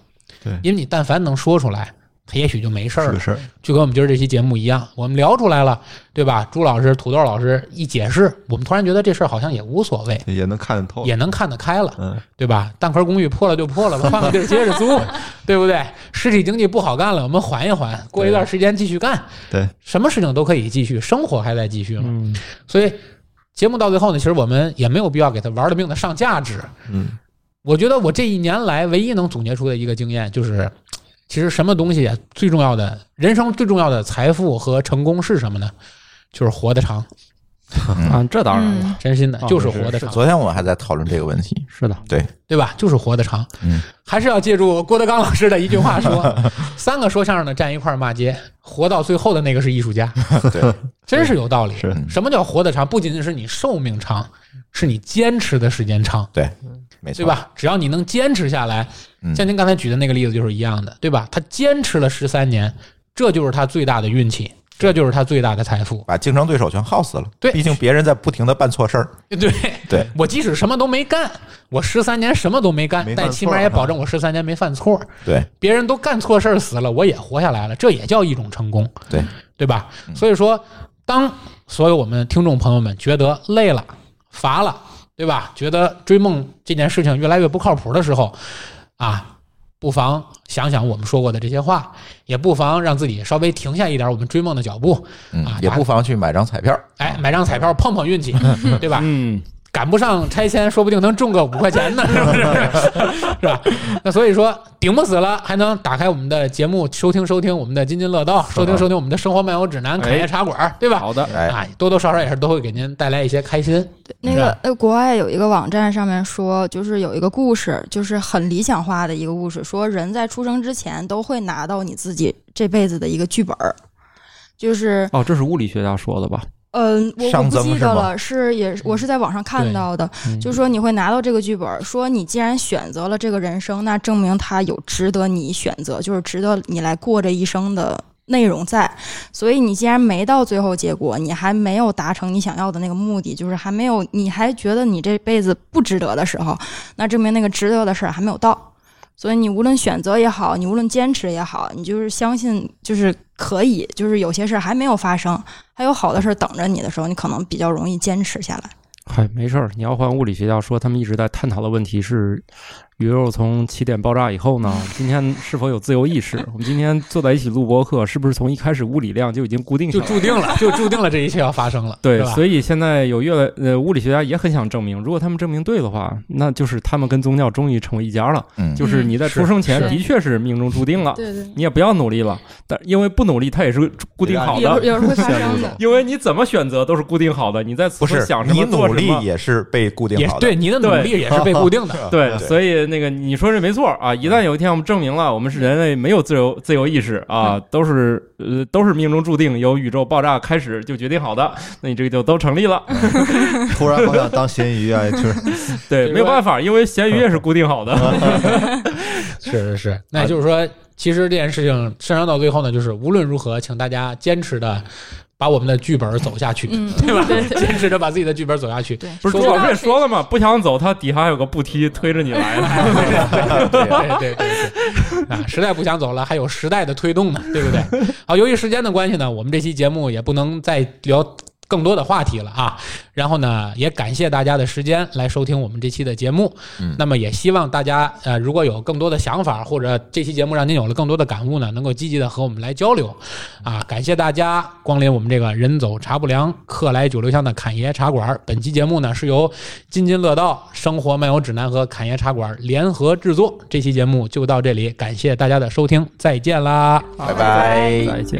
S2: 对
S1: 因为你但凡能说出来，他也许就没事儿
S2: 是
S1: 了
S2: 个。事儿，
S1: 就跟我们今儿这期节目一样，我们聊出来了，对吧？朱老师、土豆老师一解释，我们突然觉得这事儿好像也无所谓，
S2: 也能看得透，
S1: 也能看得开了，
S2: 嗯，
S1: 对吧？蛋壳公寓破了就破 了吧，换个地儿接着租，对不对？实体经济不好干了，我们缓一缓，过一段时间继续干，
S2: 对，
S1: 什么事情都可以继续，生活还在继续嘛。
S4: 嗯，
S1: 所以节目到最后呢，其实我们也没有必要给他玩了命的上价值，
S2: 嗯，
S1: 我觉得我这一年来唯一能总结出的一个经验就是，其实什么东西啊最重要的，人生最重要的财富和成功是什么呢？就是活得长，
S4: 啊，这当然
S5: 嗯
S4: 了，
S1: 真心的，
S4: 哦
S1: 就是
S4: 是
S1: 活得
S4: 是
S1: 长，
S3: 昨天我们还在讨论这个问 题，
S4: 是的，
S1: 对吧？就是活得长。
S3: 嗯，
S1: 还是要借助郭德纲老师的一句话 说：“三个说相声的站一块儿骂街，活到最后的那个是艺术家。
S3: 对，”
S1: 真是有道理。
S3: 嗯
S2: 是
S1: 什么叫活得长？不仅仅是你寿命长，是你坚持的时间长，
S3: 没错，
S1: 对？吧？只要你能坚持下来，
S3: 嗯
S1: 像您刚才举的那个例子就是一样的，对吧？他坚持了十三年，这就是他最大的运气，这就是他最大的财富。
S3: 把竞争对手全耗死了。
S1: 对
S3: 毕竟别人在不停的办错事儿。
S1: 对，
S3: 对
S1: 我即使什么都没干，我十三年什么都没干，
S2: 没犯
S1: 但起码也保证我十三年没犯错。
S3: 对，
S1: 别人都干错事儿死了，我也活下来了，这也叫一种成功，
S3: 对
S1: 对吧？所以说，当所有我们听众朋友们觉得累了、乏了，对吧？觉得追梦这件事情越来越不靠谱的时候，啊，不妨想想我们说过的这些话，也不妨让自己稍微停下一点我们追梦的脚步，
S3: 嗯
S1: 啊，
S3: 也
S1: 打
S3: 不妨去买张彩票。
S1: 哎，买张彩票碰碰运气，对吧？
S4: 嗯，
S1: 赶不上拆迁，说不定能中个五块钱呢，是不是？是吧？那所以说，顶不死了，还能打开我们的节目，收听收听我们的津津乐道，收听收听我们的生活漫游指南、
S4: 哎
S1: 侃爷茶馆，对吧？
S4: 好的，
S3: 哎，
S1: 啊，多多少少也是都会给您带来一些开心。
S5: 那
S1: 是
S5: 个
S1: 吧
S5: 呃，国外有一个网站上面说，就是有一个故事，就是很理想化的一个故事，说人在出生之前都会拿到你自己这辈子的一个剧本儿，就是
S4: 哦，这是物理学家说的吧？
S5: 嗯、呃我我
S3: 上
S5: 不
S3: 增
S5: 记
S3: 是
S5: 得
S3: 吗嗯
S5: 了，是也是我是在网上看
S1: 对
S5: 到的，
S4: 嗯
S5: 就是说你会拿到这个剧本儿，说你既然选择了这个人生，那证明它有值得你选择，就是值得你来过这一生的内容在。所以你既然没到最后结果，你还没有达成你想要的那个目的，就是还没有，你还觉得你这辈子不值得的时候，那证明那个值得的事儿还没有到。所以你无论选择也好，你无论坚持也好，你就是相信，就是可以，就是有些事儿还没有发生，还有好的事儿等着你的时候，你可能比较容易坚持下来。
S4: 嗨，没事儿。你要换物理学家说，他们一直在探讨的问题是：宇宙从起点爆炸以后呢， 今天是否有自由意识？我们今天坐在一起录播课，是不是从一开始物理量就已经固定下
S1: 就
S4: 来了？
S1: 注定 了，就注定了这一切要发生了，
S4: 对，
S1: 吧？
S4: 所以现在有越来呃，物理学家也很想证明，如果他们证明对的话，那就是他们跟宗教终于成为一家了。
S3: 嗯，
S4: 就是你在
S1: 是
S4: 出生前
S5: 是
S4: 的确是命中注定了，
S5: 对对，
S4: 你也不要努力了，但因为不努力，它也是固定好
S5: 有
S4: 的。。
S5: 有时候会发生的
S4: 因为你怎么选择都是固定好的，你在
S3: 不
S4: 此刻
S3: 是
S4: 想什
S3: 你
S4: 么做
S3: 努
S4: 什
S3: 力
S4: 么，
S3: 也是被固定
S1: 也
S3: 好的。
S1: 对，您的努力也是被固定的。
S4: 对，
S3: 对嗯
S4: 所以那个你说这没错啊！一旦有一天我们证明了我们是人类没有自由自由意识
S3: 嗯
S4: 啊，都是呃都是命中注定，由宇宙爆炸开始就决定好的，那你这个就都成立了。
S3: 嗯
S2: 突然好想当咸鱼啊，就是
S4: 对，没有办法，因为咸鱼也是固定好的。
S1: 是是是，那也就是说，其实这件事情上升到最后呢，就是无论如何，请大家坚持的把我们的剧本走下去，
S5: 嗯
S1: 对 吧？坚持着把自己的剧本走下去。
S5: 对，
S4: 不是朱老师也说了嘛，不想走，他底下还有个步梯推着你来呢。
S1: 对对对对对，啊，实在不想走了，还有时代的推动呢，对不对？好，由于时间的关系呢，我们这期节目也不能再聊。更多的话题了啊，然后呢，也感谢大家的时间来收听我们这期的节目。
S3: 嗯
S1: 那么也希望大家呃，如果有更多的想法或者这期节目让您有了更多的感悟呢，能够积极的和我们来交流。啊，感谢大家光临我们这个人走茶不凉，客来酒留香的侃爷茶馆。本期节目呢是由津津乐道、生活漫游指南和侃爷茶馆联合制作。这期节目就到这里，感谢大家的收听，再见啦！
S3: 拜拜。
S4: 再见。